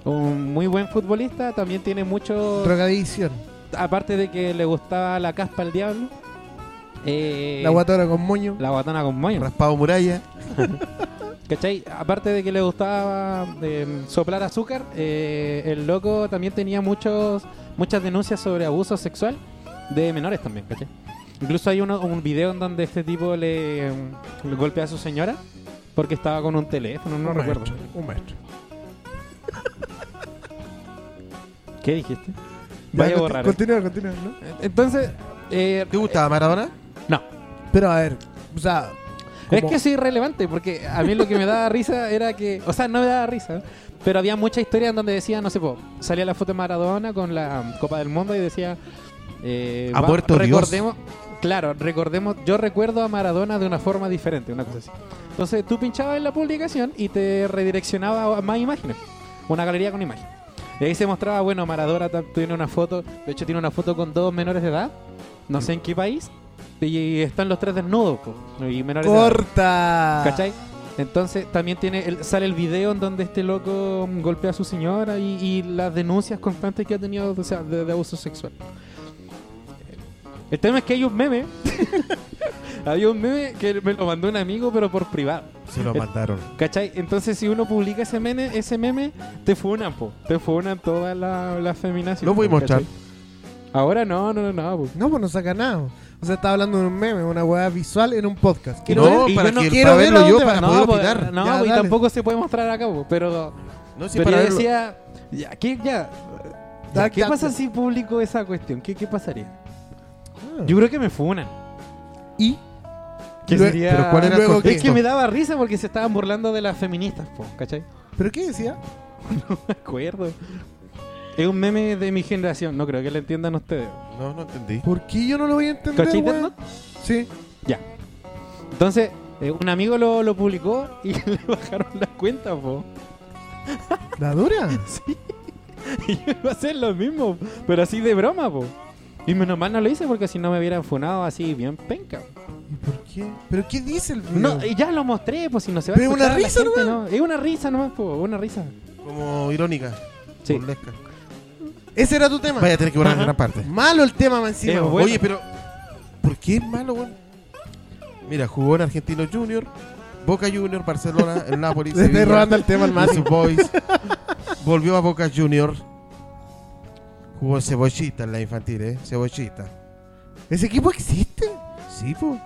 un muy buen futbolista, también tiene mucho. Drogadicción. Aparte de que le gustaba la caspa al diablo. eh, la guatora con moño. la guatona con moño. Raspado muralla. ¿Cachai? Aparte de que le gustaba eh, soplar azúcar, eh, el loco también tenía muchos, muchas denuncias sobre abuso sexual de menores también, ¿cachai? Incluso hay uno- un video en donde este tipo le, mm, le golpea a su señora porque estaba con un teléfono, no un recuerdo. maestro, un maestro. ¿Qué dijiste? Ya, Vaya a conti- borrar. eso. Continúa, continúa, ¿no? Entonces, eh, ¿Te gustaba Maradona? no. Pero a ver, o sea. Es como- que es irrelevante, porque a mí lo que me daba risa era que. O sea, no me daba risa, pero había muchas historias en donde decía, no sé, po, salía la foto de Maradona con la um, Copa del Mundo y decía. Eh, Ha muerto Dios. recordemos, Claro, recordemos. Yo recuerdo a Maradona de una forma diferente, una cosa así. Entonces tú pinchabas en la publicación y te redireccionaba a más imágenes. Una galería con imágenes. Y ahí se mostraba, bueno, Maradona ta- tiene una foto. De hecho, tiene una foto con dos menores de edad. No sé en qué país. Y están los tres desnudos, po, y menores de edad. Corta. ¿Cachai? Entonces también tiene el- sale el video en donde este loco mm, golpea a su señora y, y las denuncias constantes que ha tenido o sea, de, de abuso sexual. El tema es que hay un meme. Había un meme que me lo mandó un amigo, pero por privado. Se lo mandaron. ¿Cachai? Entonces si uno publica ese meme, ese meme te funan, po. Te funan todas las la feminación. Lo voy a mostrar. Ahora no, no, no, no. po. No, pues no saca nada. O sea, está hablando de un meme, una weá visual en un podcast. Quiero no, ver- y para yo no que quiero para ver a verlo yo, dónde va. para poder po, opinar. no, Ya, po, y dale. tampoco se puede mostrar acá, po, pero... No, sí, pero para yo verlo. decía, ya, ¿qué, ya, Ya, ¿qué ya, pasa ya. si publico esa cuestión? ¿Qué, qué pasaría? Ah. Yo creo que me funan. Y Que Lue- sería... Pero ¿cuál era el Luego, ¿qué? Es que contexto? me daba risa porque se estaban burlando de las feministas, po, ¿cachai? ¿Pero qué decía? Me acuerdo. Es un meme de mi generación, no creo que lo entiendan ustedes. No, no entendí. ¿Por qué yo no lo voy a entender, ¿Cachai, weón? Internet? Sí. Ya. Entonces, eh, un amigo lo, lo publicó y le bajaron las cuentas, po. ¿La dura? Y yo iba a hacer lo mismo, pero así de broma, po. Y menos mal no lo hice porque si no me hubieran funado así bien penca. ¿Y por qué? ¿Pero qué dice el video? No, y ya lo mostré, pues si no se va Pero a es una escuchar a la risa gente, ¿no? Es una risa nomás, po, una risa. Como irónica. Sí. burlesca. Ese era tu tema. Vaya a tener que borrar gran parte. Malo el tema, más encima. Eh, weón. bueno. Oye, pero ¿por qué es malo, weón? Mira, jugó en Argentino Junior, Boca Junior, Barcelona, el Napoli, Le estoy Sevilla, robando el tema al y Mati. sus Boys. Volvió a Boca Junior. Jugó en Cebollita en la infantil, ¿eh? Cebollita. ¿Ese equipo existe? Sí, po.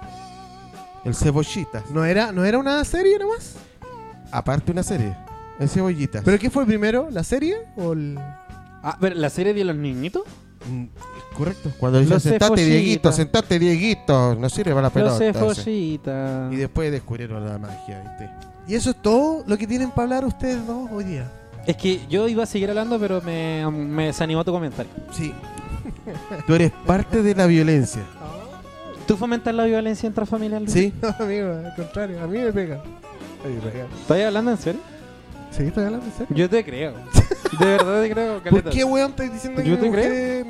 El Cebollita. ¿No era, ¿No era una serie nomás? Aparte una serie. El Cebollita. ¿Pero qué fue primero? ¿La serie o el...? Ah, pero la serie de los niñitos. Mm, Correcto. Cuando dice Los sentate, Cebollita". Dieguito, sentate, Dieguito. No sirve para la Pero pelota. se entonces. follita. Y después descubrieron la magia, ¿viste? Y eso es todo lo que tienen para hablar ustedes dos hoy día. Es que yo iba a seguir hablando, pero me, me desanimó tu comentario. Sí. Tú eres parte de la violencia. ¿Tú fomentas la violencia intrafamiliar? Luis? Sí. No, amigo, al contrario. A mí me pega. A mí me pega. ¿Estás hablando en serio? ¿Sí? ¿Estás hablando en serio? Yo te creo. De verdad te creo, ¿Por Caleta. qué, weón, estáis diciendo que Yo te mujeres-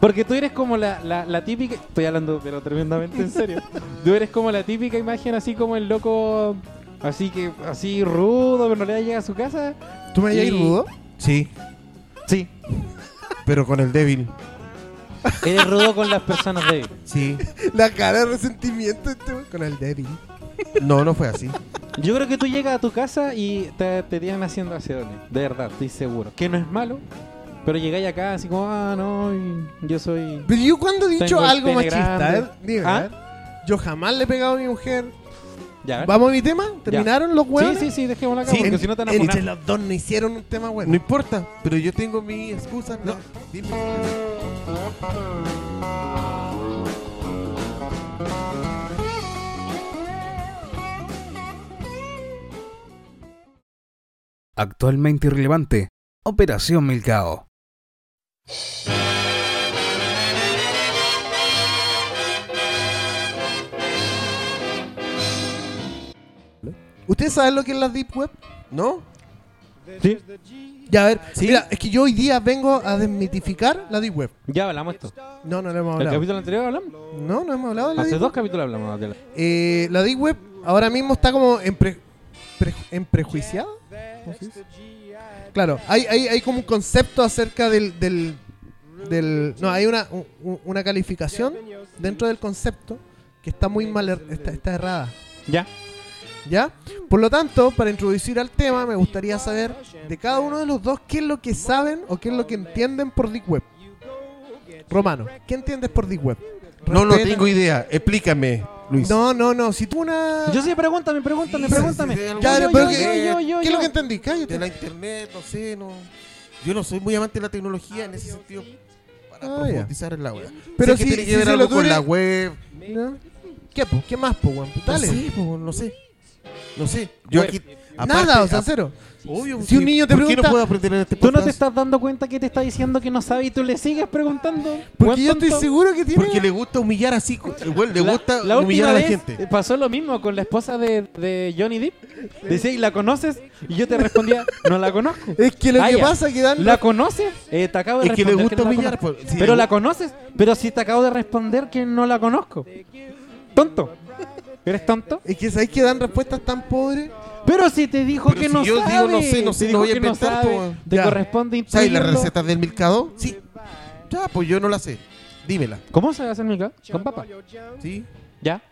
Porque tú eres como la, la, la típica. Estoy hablando, pero tremendamente en serio. tú eres como la típica imagen, así como el loco. Así que, así rudo, pero no le llega a su casa. ¿Tú me hayas Y- rudo? Sí. Sí, Pero con el débil. Eres rudo con las personas débiles. Sí. La cara de resentimiento este, weón, con el débil. No, no fue así. Yo creo que tú llegas a tu casa y te, te tiran haciendo acciones. De verdad, estoy seguro. Que no es malo, pero llegáis acá así como, ah, no, y yo soy. Pero yo cuando he dicho Tengo el algo pene machista, grande. eh, dime, ¿Ah? a ver, yo jamás le he pegado a mi mujer. Ya, a ver. ¿Vamos a mi tema? ¿Terminaron los Sí, huevos? sí, sí, dejémosla acá, Sí, porque en- si no te van a Entre funar. los dos no hicieron un tema No bueno. importa, pero yo tengo mi excusa. No, dime. Actualmente irrelevante. Operación Milcao. ¿Ustedes saben lo que es la Deep Web? ¿No? Sí, Ya, a ver. Mira, es que yo hoy día vengo a desmitificar la Deep Web. Ya hablamos esto. No, no lo hemos El hablado. capítulo anterior hablamos. No, no hemos hablado de la Hace Deep dos capítulos hablamos de la- Eh, la Deep Web ahora mismo está como en pre- pre- en prejuiciada. ¿Cómo se dice? Claro, hay, hay, hay como un concepto acerca del... del- del- no, hay una, u- u- una er, calificación dentro del concepto que está muy mal, her- está, está errada. Ya. ¿Ya? Por lo tanto, para introducir al tema, me gustaría saber de cada uno de los dos qué es lo que saben o qué es lo que entienden por Dick Web. Romano, ¿qué entiendes por Dick Web? No, no Respeta- tengo idea. Explícame, Luis. No, no, no. Si tú una. Yo sí, pregúntame, pregúntame, pregúntame. Ya, Ya, Yo, yo, pero yo, ¿qué, yo, yo, qué es lo yo. que entendí? Cállate. De la internet, no sé, no. Yo no soy muy amante de la tecnología Ah, en ese sentido. Para Ah, ya. profundizar en la web. Pero sé si- que tiene si que ver se algo lo con tuviera- la web. ¿No? ¿Qué, po? ¿Qué más, po, weón? Dale. No sé, po, no sé. No sé. Yo Web. aquí. Nada, o sea, aparte, cero. a- obvio, si un porque- niño te ¿por qué pregunta- no puedo aprender en este Tú no te podcast? estás dando cuenta que te está diciendo que no sabe y tú le sigues preguntando. Porque Buen yo estoy tonto. seguro que tiene. Porque le gusta humillar así. co- el güey le La- gusta la última humillar a la vez gente. Pasó lo mismo con la esposa de, de Johnny Depp. Decía, ¿y la conoces? Y yo te respondía, no la conozco. Es que lo Ah, que ya. pasa es que dan. ¿La conoces? Eh, te acabo de Es que le responder gusta no la humillar, conozco. pues, sí, pero le la gu- conoces. Pero si te acabo de responder que no la conozco. Tonto. ¿Eres tonto? Es que sabéis que dan respuestas tan pobres. Pero si te dijo Pero que si no yo sabe. digo no sé, no sé, te no dijo voy a que inventar, pues, sabe, po. Te Ya. corresponde ¿Sabes las intuirlo. recetas del mercado? Sí. Ya, pues yo no la sé. Dímela. ¿Cómo se hace el mica? Con papa. ¿Sí? Ya,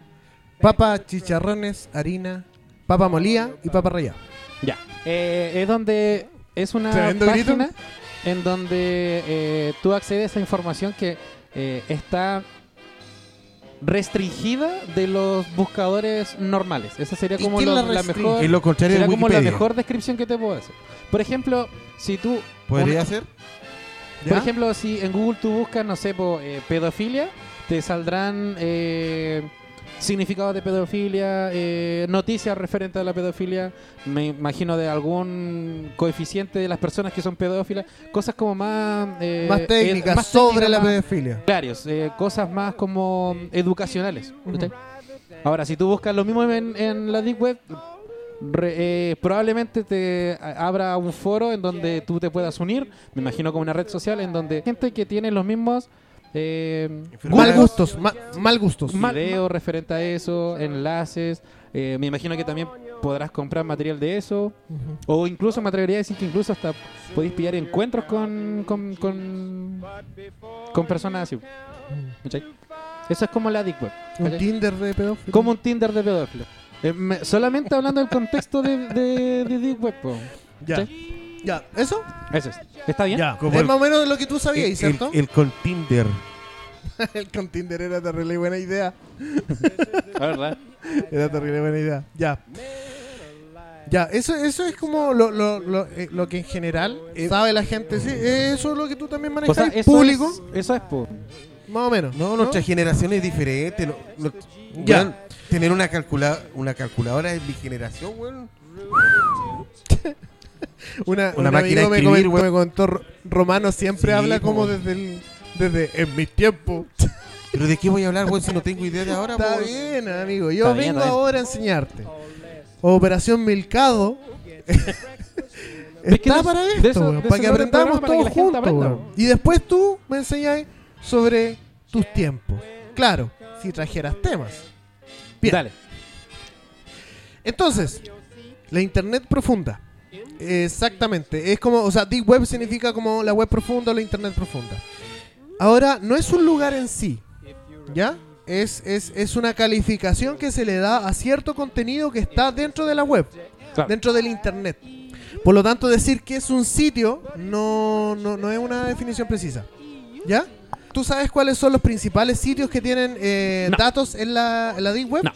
Papa, chicharrones, harina, papa molía y papa rallada. ya. Eh, es donde es una Tremendo grito. página en donde eh, tú accedes a información que eh, está restringida de los buscadores normales. Esa sería ¿Y como quién lo- la la restringe? mejor. Es lo contrario Será de como la Wikipedia. mejor descripción que te puedo hacer. Por ejemplo, si tú. ¿Podría una- ser? por ejemplo, si en Google tú buscas, no sé, po, eh, pedofilia, te saldrán eh, significados de pedofilia, eh, noticias referentes a la pedofilia, me imagino de algún coeficiente de las personas que son pedófilas, cosas como más. eh, más técnicas eh, más sobre técnicas, la más- pedofilia. Claro, eh, cosas más como mm, educacionales. Ujú. ¿cachai? Ahora, si tú buscas lo mismo en, en la Deep Web, re- eh, probablemente te a- abra un foro en donde tú te puedas unir, me imagino como una red social, en donde gente que tiene los mismos eh, Mal Mal gustos, gustos, ma- mal gustos. videos referente a eso, enlaces, eh, me imagino que también podrás comprar material de eso, Ujú. o incluso me atrevería a decir que incluso hasta podéis pillar encuentros con, con, con, con personas así. ¿cachai? Eso es como la Deep Web. Un ¿cachai? Tinder de pedófilos. Como un Tinder de pedófilo. Eh, me- solamente hablando del contexto de, de, de Deep Web. po. Ya. Ya, ¿eso? Eso es. ¿Está bien? Ya. Como es el- más o menos lo que tú sabías, el, ¿cierto? el- el con Tinder. El con Tinder era terrible buena idea. La verdad. Era terrible buena idea. Ya. Ya, eso, eso es como lo, lo, lo, eh, lo que en general eh, sabe la gente. Sí, eso es lo que tú también manejas. O sea, eso público, es- eso es, po. más o menos. No, nuestra generación es diferente. no- no- Ya. weón, tener una, calcula, una calculadora es mi generación, weón. Una, Una un máquina amigo de me escribir, comentó, me contó, Ro- Romano siempre Sí, habla po. como desde el, desde en mis tiempos. Pero ¿de qué voy a hablar, weón, si no tengo idea de ahora, Está po? pues, bien, amigo. Yo Está bien, vengo está bien. ahora a enseñarte. Operación Milcado. Es que Está de- para de esto, eso- weón, de eso para trata que el aprendamos programa, para que todos la gente juntos. aprenda, weón. weón. Y después tú me enseñas sobre tus tiempos. Claro, si trajeras temas. Bien. Dale. Entonces, la internet profunda. Exactamente. Es como, o sea, Deep Web significa como la web profunda o la internet profunda. Ahora, no es un lugar en sí, ¿ya? Es, es, es una calificación que se le da a cierto contenido que está dentro de la web, Claro. dentro del internet. Por lo tanto, decir que es un sitio no, no, no es una definición precisa, ¿ya? ¿Tú sabes cuáles son los principales sitios que tienen eh, No. datos en la, en la Deep Web? No.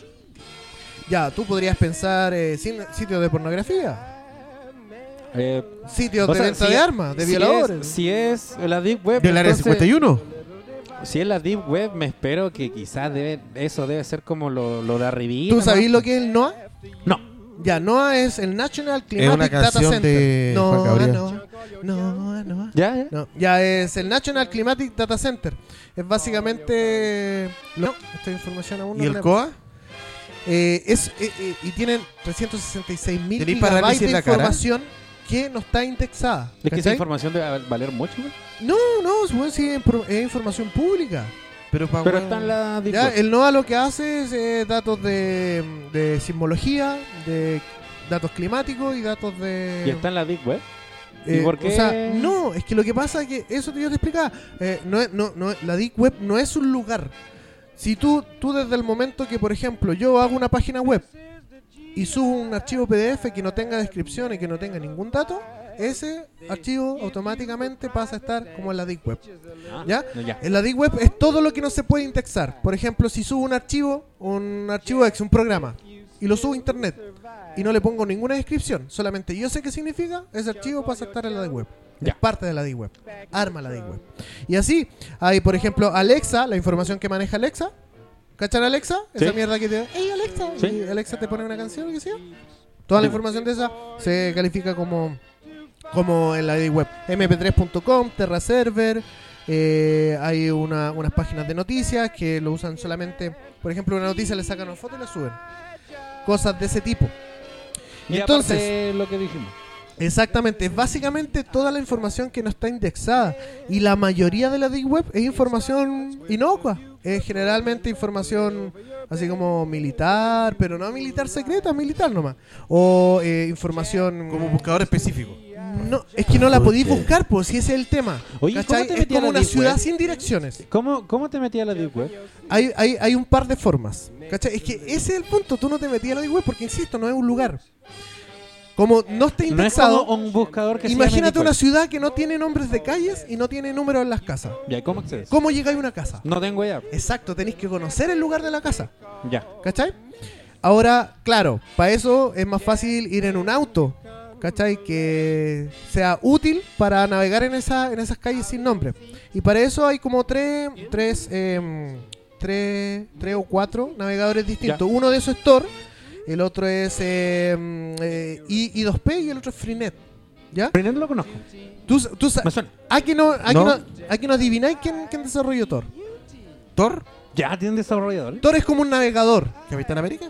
Ya, tú podrías pensar eh, sin- sitios de pornografía, Eh, sitios o de sea, venta si- de armas, de si violadores. es- Si es la Deep Web. ¿Yo el área entonces- 51? Si es la Deep Web, me espero que quizás debe, eso debe ser como lo, lo de arribita. ¿Tú ¿no? sabés lo que es el NOAA? No. Ya, NOAA es el National Climatic una Data canción Center. de Juan NOAA, Gabriel. NOAA, NOAA, NOAA. ¿Ya? ya. No, ya es el National Climatic Data Center. Es básicamente. lo- No, esta información aún no ¿Y la- el COA? Eh, es, eh, eh, y tienen 366 mil ¿Tenéis parálisis gigabytes de en la cara? información que no está indexada. Es que esa ¿cachai? información debe valer mucho, güey. No, no, bueno, sí, es pro- es información pública. Pero, pa' Pero weón, está en la Deep Ah, Ya, Web. el NOAA lo que hace es eh, datos de, de sismología, de datos climáticos y datos de... Y está en la Deep Web. eh, ¿y por O qué? sea, no, es que lo que pasa es que eso yo te explicaba. eh, no es- no, no, es- la Deep Web no es un lugar. Si tú, tú desde el momento que, por ejemplo, yo hago una página web, y subo un archivo PDF que no tenga descripción y que no tenga ningún dato, ese archivo automáticamente pasa a estar como en la Deep Web. ¿Ya? No, ya. En la Deep Web es todo lo que no se puede indexar. Por ejemplo, si subo un archivo, un archivo ex, un programa, y lo subo a internet y no le pongo ninguna descripción, solamente yo sé qué significa, ese archivo pasa a estar en la Deep Web. Ya. Es parte de la Deep Web. Arma la Deep Web. Y así, hay, por ejemplo, Alexa, la información que maneja Alexa. ¿Cachan Alexa? Esa Sí. mierda que te. ¡Ey, Alexa! Sí. Y Alexa te pone una canción, lo que sea. Toda la información de esa se califica como como en la Deep web. mp3.com, Terra Server, eh, hay una- unas páginas de noticias que lo usan solamente, por ejemplo, una noticia le sacan una foto y la suben. Cosas de ese tipo. Y Entonces- aparte lo que dijimos. Exactamente, es básicamente toda la información que no está indexada y la mayoría de la Deep Web es información inocua. Es generalmente información así como militar, pero no militar secreta, militar nomás. O eh, información... Como buscador específico. No, es que no la podéis buscar, pues si ese es el tema. Oye, ¿Cachai? ¿cómo te es metí a como la una Deep ciudad Web? sin direcciones. ¿Cómo, cómo te metí a la Deep Web? Hay, hay, hay un par de formas. ¿Cachai? Es que ese es el punto. Tú no te metías a la Deep Web porque, insisto, no es un lugar. Como no está No es indexado, como un buscador que se imagínate llame una Deep ciudad que no tiene nombres de calles y no tiene números en las casas. Web. Ya, ¿cómo accedes? ¿Cómo llegáis a una casa? No tengo idea. Exacto, tenéis que conocer el lugar de la casa. Ya. ¿Cachai? Ahora, claro, para eso es más fácil ir en un auto, ¿cachai? Que sea útil para navegar en, esa, en esas calles sin nombre. Y para eso hay como tres, tres, em, tres, tres o cuatro navegadores distintos. Uno de esos es Tor, el otro es em, eh, I, 2 p y el otro es Freenet. ¿Ya? Pero no lo conozco. ¿Tú, sa- tú sa- Me suena. aquí no, aquí no. No. aquí no adivináis quién, quién desarrolló Tor. Thor, Ya, tiene un desarrollador. Tor es como un navegador. Capitán América.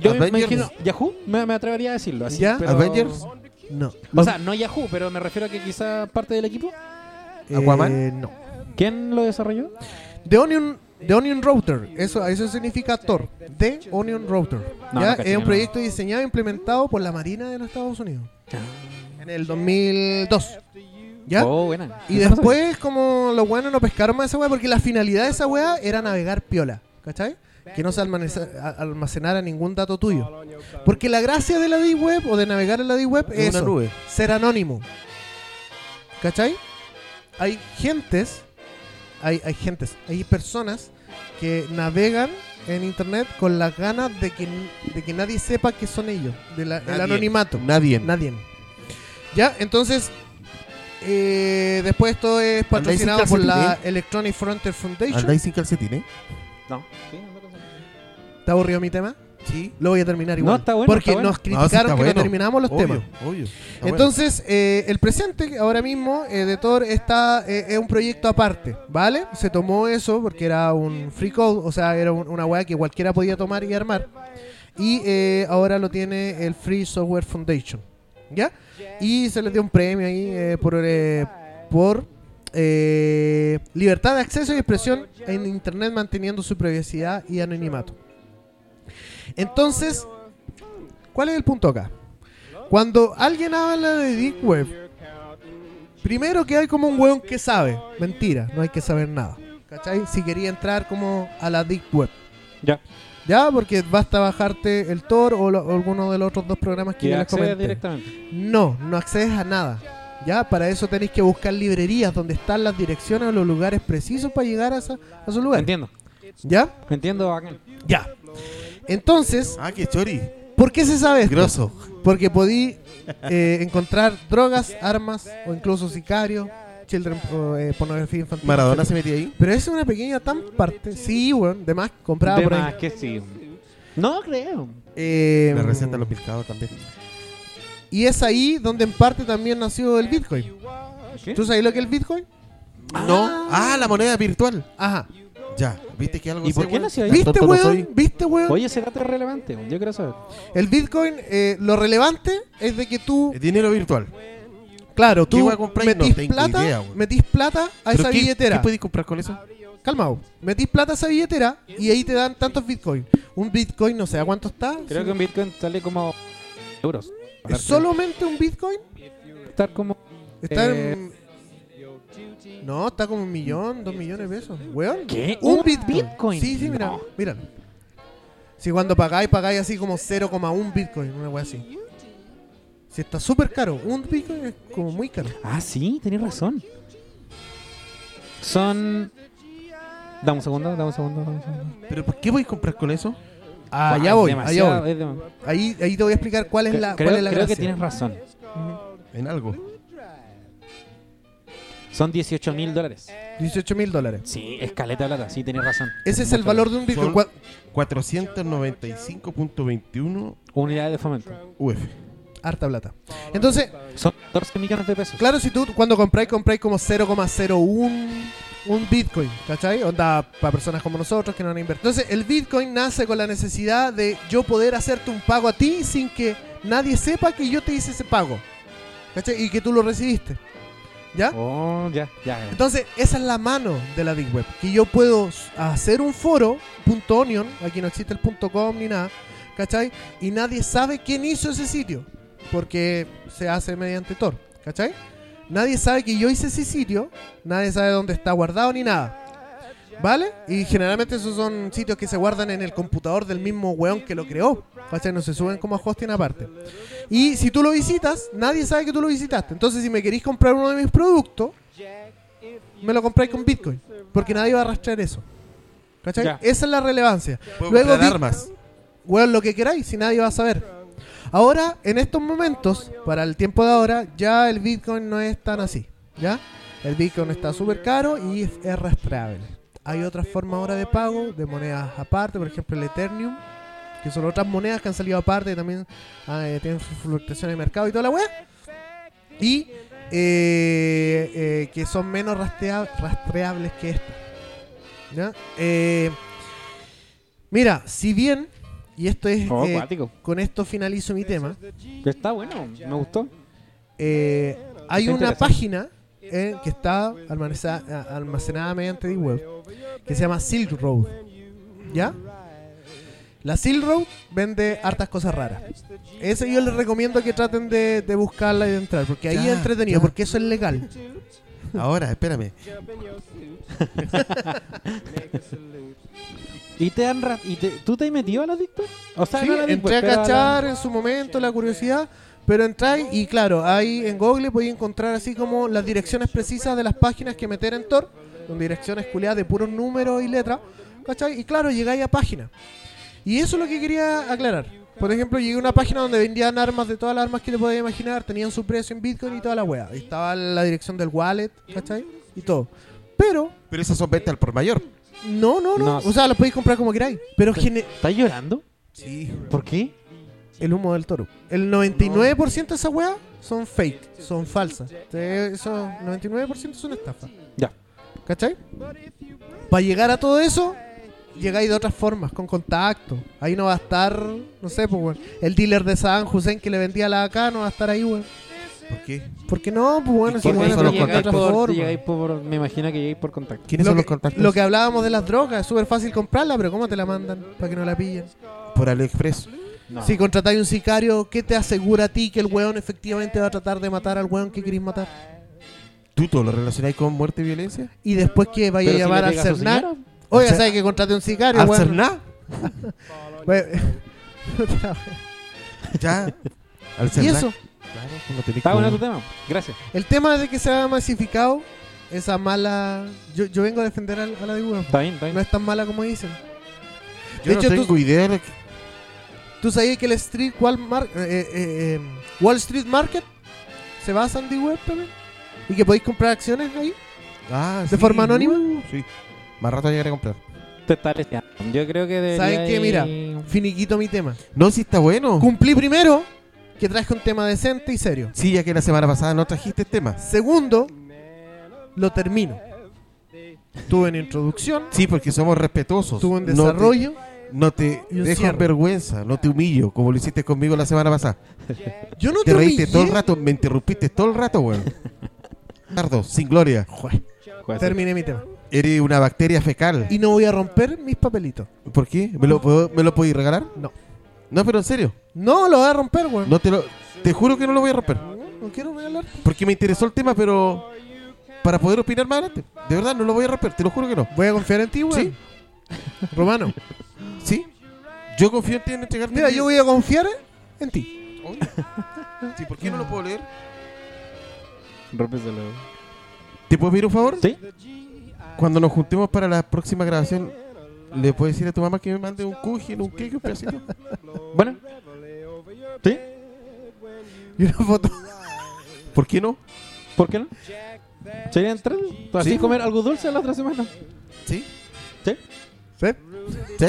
Yo me Avengers. imagino Yahoo, me, me atrevería a decirlo así. ¿Ya? Mm. pero- Avengers. No. O sea, no Yahoo, pero me refiero a que quizá parte del equipo. ¿Aquaman? Eh, no. ¿Quién lo desarrolló? The Onion, The Onion Router, eso, eso significa Tor, The Onion Router. No, ¿ya? no caché, es un no. proyecto diseñado e implementado por la Marina de los Estados Unidos en el 2002. ¿ya? Oh, buena. Y después, como los buenos no pescaron más esa weá, porque la finalidad de esa weá era navegar piola, ¿cachai? Que no se almaneza- a- almacenara ningún dato tuyo. Porque la gracia de la Deep Web o de navegar en la Deep Web es una eso, nube. ser anónimo. ¿Cachai? Hay gentes, hay, hay gentes, hay personas que navegan en internet con las ganas de que, de que nadie sepa que son ellos, de la- el Nadie. anonimato. Nadie. Nadie. Ya, entonces, eh, después esto es patrocinado Andáis sin por la calcetines. Electronic Frontier Foundation. ¿Andáis sin calcetines? No. ¿Te aburrió mi tema? Sí. Lo voy a terminar No, igual. está bueno, porque está bueno. nos No, sí está criticaron que bueno. no terminamos los obvio, temas. Obvio. Está bueno. Entonces, eh, el presente ahora mismo eh, de Thor está, eh, es un proyecto aparte, ¿vale? Se tomó eso porque era un free code, o sea, era un- una weá que cualquiera podía tomar y armar. Y eh, ahora lo tiene el Free Software Foundation, ¿ya? Y se les dio un premio ahí eh, por, eh, por eh, libertad de acceso y expresión en Internet manteniendo su privacidad y anonimato. Entonces, ¿cuál es el punto acá? Cuando alguien habla de Deep Web, primero que hay como un hueón que sabe. Mentira, no hay que saber nada. ¿Cachai? Si quería entrar como a la Deep Web. Ya. Ya, porque basta bajarte el Tor o, lo- o alguno de los otros dos programas que Que yo les accede comenté. directamente. No, no accedes a nada. Ya, para eso tenéis que buscar librerías donde están las direcciones o los lugares precisos para llegar a, esa- a su lugar. Entiendo. ¿Ya? Entiendo bacán. Ya. Entonces, Ah, qué chori. ¿por qué se sabe esto? Grosso. Porque podí eh, encontrar drogas, armas o incluso sicarios, children, o, eh, pornografía infantil. Maradona se etcétera. metía ahí. Pero esa es una pequeña tan parte. Sí, weón, de más, compraba De por más ahí. que sí. No creo. Eh, Me receta los pescados también. Y es ahí donde en parte también nació el Bitcoin. ¿Qué? ¿Tú sabes lo que es el Bitcoin? No. Ah, la moneda virtual. Ajá. Ya. ¿Viste que algo ¿Y sé, por qué weón? nació ahí? Tan ¿Viste, tonto no weón? soy. ¿Viste, weón? Oye, ese dato es relevante. Yo quiero saber. El Bitcoin, eh, lo relevante es de que tú, El dinero virtual. claro, ¿Qué tú voy a comprar? No metís tengo plata, idea, weón. metís plata a ¿Pero esa qué- billetera. ¿Qué podéis comprar con eso? Calmao, metís plata a esa billetera y ahí te dan tantos bitcoins. Un bitcoin no sé a cuánto está. Creo sí. que un Bitcoin sale como euros. ¿Es solamente un bitcoin estar como. está Eh. en. No, está como un millón, dos millones de pesos. Weón. ¿Qué? Un, ¿Un bitcoin. Bitcoin? Sí, sí, mira. No. Míralo. Si cuando pagáis, pagáis así como 0,1 Bitcoin, una wea así. Si está súper caro, un Bitcoin es como muy caro. Ah, sí, tenés razón. Son. Dame un segundo, dame un segundo, dame un segundo. ¿Pero por qué voy a comprar con eso? Ah, allá es voy, demasiado, allá voy. es dem- Ahí, ahí te voy a explicar cuál es la, creo cuál es la creo que gracia. tienes razón. En algo. Son 18 mil dólares. 18 mil dólares. Sí, escaleta de plata, sí, tenés razón. Ese es el valor de un Bitcoin. Son- Cua- 495.21 Unidad de fomento. UF. Harta plata. Entonces, Son 14 millones de pesos. claro, si tú cuando compráis, compráis como 0,01 un Bitcoin, ¿cachai? Onda para personas como nosotros que no han invertido. Entonces, el Bitcoin nace con la necesidad de yo poder hacerte un pago a ti sin que nadie sepa que yo te hice ese pago, ¿cachai? Y que tú lo recibiste, ¿ya? Oh, ya, ya. Entonces, esa es la mano de la Deep Web. Que yo puedo s- hacer un foro, punto .onion, aquí no existe el punto .com ni nada, ¿cachai? Y nadie sabe quién hizo ese sitio, porque se hace mediante Tor, ¿cachai? Nadie sabe que yo hice ese sitio, nadie sabe dónde está guardado ni nada. ¿Vale? Y generalmente esos son sitios que se guardan en el computador del mismo weón que lo creó. ¿Cachai? No se suben como a hosting aparte. Y si tú lo visitas, nadie sabe que tú lo visitaste. Entonces, si me queréis comprar uno de mis productos, me lo compráis con Bitcoin. Porque nadie va a rastrear eso. ¿Cachai? Ya. Esa es la relevancia. Puedo Luego comprar Bit- armas. Weón, lo que queráis, si nadie va a saber. Ahora, en estos momentos, para el tiempo de ahora, ya el Bitcoin no es tan así. ¿Ya? El Bitcoin está súper caro y es, es rastreable. Hay otras formas ahora de pago, de monedas aparte, por ejemplo el Ethereum, que son otras monedas que han salido aparte, que también ah, eh, tienen sus fluctuaciones de mercado y toda la web. Y eh, eh, que son menos rastea- rastreables que esta. ¿Ya? Eh, mira, si bien, y esto es Oh, eh, acuático. con esto finalizo mi tema. Está bueno, me gustó. Eh, hay Está una interesante. página eh, que está almacenada, a- almacenada mediante Deep Web que se llama Silk Road. ¿Ya? La Silk Road vende hartas cosas raras. Eso yo les recomiendo que traten de, de buscarla y de entrar, porque ahí Ya, es entretenido, ya. porque eso es legal. Ahora, espérame. ¿Y te han ra- y te- tú te has metido a la adicto? O sea, Sí, no a la Deep entré Web, a pero la- cachar en su momento la curiosidad, pero entráis y claro, ahí en Google podéis encontrar así como las direcciones precisas de las páginas que meter en Tor, con direcciones culiadas de puros números y letras, ¿cachai? Y claro, llegáis a páginas. Y eso es lo que quería aclarar. Por ejemplo, llegué a una página donde vendían armas de todas las armas que te podías imaginar, tenían su precio en Bitcoin y toda la wea. Y estaba la dirección del wallet, ¿cachai? Y todo. Pero, Pero esas son ventas al por mayor. no, no, no. No. O sea, las podéis comprar como queráis. Pero gene- ¿Estás llorando? Sí. ¿Por qué? El humo del toro. El 99% de esas weas son fake, son falsas. Te- Eso, 99% es una estafa. Ya. ¿Cachai? Para llegar a todo eso, llegáis de otras formas, con contacto. Ahí no va a estar, no sé, pues, weón. El dealer de San Hussein que le vendía la AK no va a estar ahí, weón. ¿Por qué? ¿por qué no, pues bueno, Sí, esos porque weones son Llegáis los llegan de otra contactos. por- forma. llegáis por- me imagino que llegáis por contacto. ¿Quiénes Lo son los que- contactos? Lo que hablábamos de las drogas, es súper fácil comprarla, pero ¿cómo te la mandan para que no la pillen? Por AliExpress. No. Si contratáis un sicario, ¿qué te asegura a ti que el weón efectivamente va a tratar de matar al weón que queréis matar? ¿Tú todo lo relacionáis con muerte y violencia? Y después que Pero vaya si a le llamar pega al a su Cernar. señora, Oiga, Al Cer- ¿sabe que contrate un sicario, ¿Al weón? Pues, Cerná? We- Ya. Al y Cerná. eso, Claro, como tenés Está como- bueno tu tema. Gracias. el tema de que se ha masificado esa mala. Yo, yo vengo a defender al- a, la de weón. Está bien, está No bien. es tan mala como dicen. Yo De no hecho, tú- tengo idea de lo que- ¿Tú sabías que el Street Wall, Mar- eh, eh, eh, Wall Street Market se basa en D-Web también? ¿Y que podéis comprar acciones ahí? Ah, ¿De forma anónima? uh, sí. Más rato llegaré a comprar. Te está leseando. Yo creo que debería ¿Saben qué? ir- Mira. Finiquito mi tema. No, sí está bueno. Cumplí primero que traje un tema decente y serio. Sí, ya que la semana pasada no trajiste temas. Segundo, lo termino. Tuve una introducción, Sí, porque somos respetuosos. tuve un No te- desarrollo. No te, Y un dejo en cierre. vergüenza, no te humillo, como lo hiciste conmigo la semana pasada. Yo no Te te reíste humillé. todo el rato, me interrumpiste todo el rato, weón. Tardo, sin gloria. Puede ser. Terminé mi tema. Eres una bacteria fecal. Y no voy a romper mis papelitos. ¿Por qué? ¿Me lo, puedo- ¿Me lo podéis regalar? No. No, pero en serio. No, lo voy a romper, weón. No. No te lo. Te juro que no lo voy a romper. no quiero regalar. Porque me interesó el tema, pero. Para poder opinar más adelante. De verdad, no lo voy a romper, te lo juro que no. Voy a confiar en ti, weón. Sí. Romano, ¿Sí? Yo confío en ti en entregarte. Mira, el yo voy a confiar en ti. libro. Obvio. Sí, ¿por qué no lo puedo leer? Rómpeselo. ¿Te puedo pedir un favor? Sí. Cuando nos juntemos para la próxima grabación, ¿le puedes decir a tu mamá que me mande un cujin, un cake, un pedacito? Bueno. ¿Sí? Y una foto. ¿Por qué no? ¿Por qué no? ¿Sería entrar? ¿Así Sí. comer algo dulce la otra semana? ¿Sí? ¿Sí? ¿Sí? ¿Sí?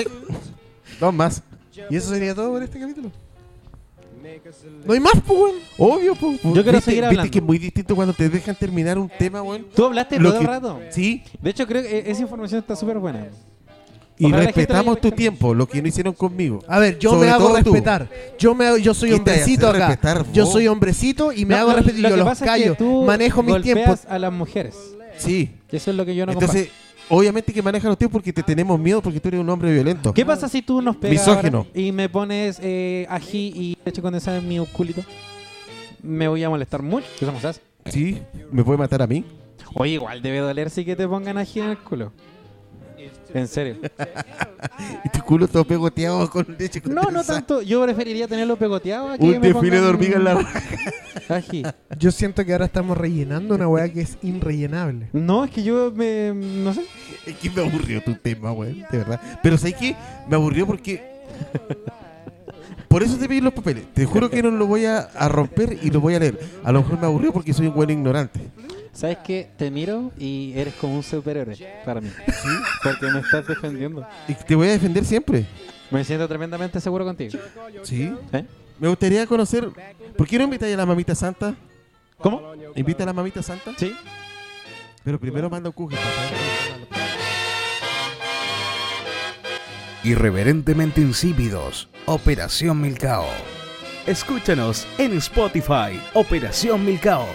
Dos más. Y eso sería todo por este capítulo. No hay más, pues, weón. Obvio, pues. Yo quiero seguir hablando. Viste que es muy distinto cuando te dejan terminar un tema, weón. Tú hablaste Lo todo que- el rato. Sí, De hecho, creo que e-, esa información está súper buena. y Ojalá la gente Ah, lo respetamos haya tu pescado. tiempo, lo que no hicieron conmigo. A ver, yo Sobre me hago todo tú. respetar. Yo me hago- yo soy Y te hombrecito haces acá. respetar Yo vos. soy hombrecito y me No, hago lo- respetar. lo Yo que los pasa es que callo. tú manejo mis golpeas tiempos. a las mujeres. Sí. Eso es lo que yo no Entonces, comparto. obviamente que manejan los tiempos porque te tenemos miedo porque tú eres un hombre violento. ¿Qué pasa si tú nos pegas Misógino. ahora y me pones eh, ají y leche condensada en mi culito? Me voy a molestar mucho. ¿Qué somos as? Sí, me puede matar a mí. Oye, igual debe doler si que te pongan ají en el culo. En serio. Y tu culo todo pegoteado con leche No, no condensada. tanto. Yo preferiría tenerlo pegoteado aquí. Un desfile de hormiga en la raja. Ají. Yo siento que ahora estamos rellenando una weá que es irrellenable. No, es que yo me. No sé. Es que me aburrió tu tema, weón, de verdad. Pero ¿sabes qué? Me aburrió porque... Por eso te pedí los papeles. Te juro que no lo voy a, a romper y lo voy a leer. A lo mejor me aburrió porque soy un buen ignorante. ¿Sabes qué? Te miro y eres como un superhéroe para mí. Sí. Porque me estás defendiendo. Y te voy a defender siempre. Me siento tremendamente seguro contigo. Sí. ¿Eh? Me gustaría conocer... ¿Por qué no invitáis a la mamita santa? ¿Cómo? Invita a la mamita santa. Sí. Pero primero manda un cuje. Irreverentemente insípidos, Operación Milcao. Escúchanos en Spotify, Operación Milcao.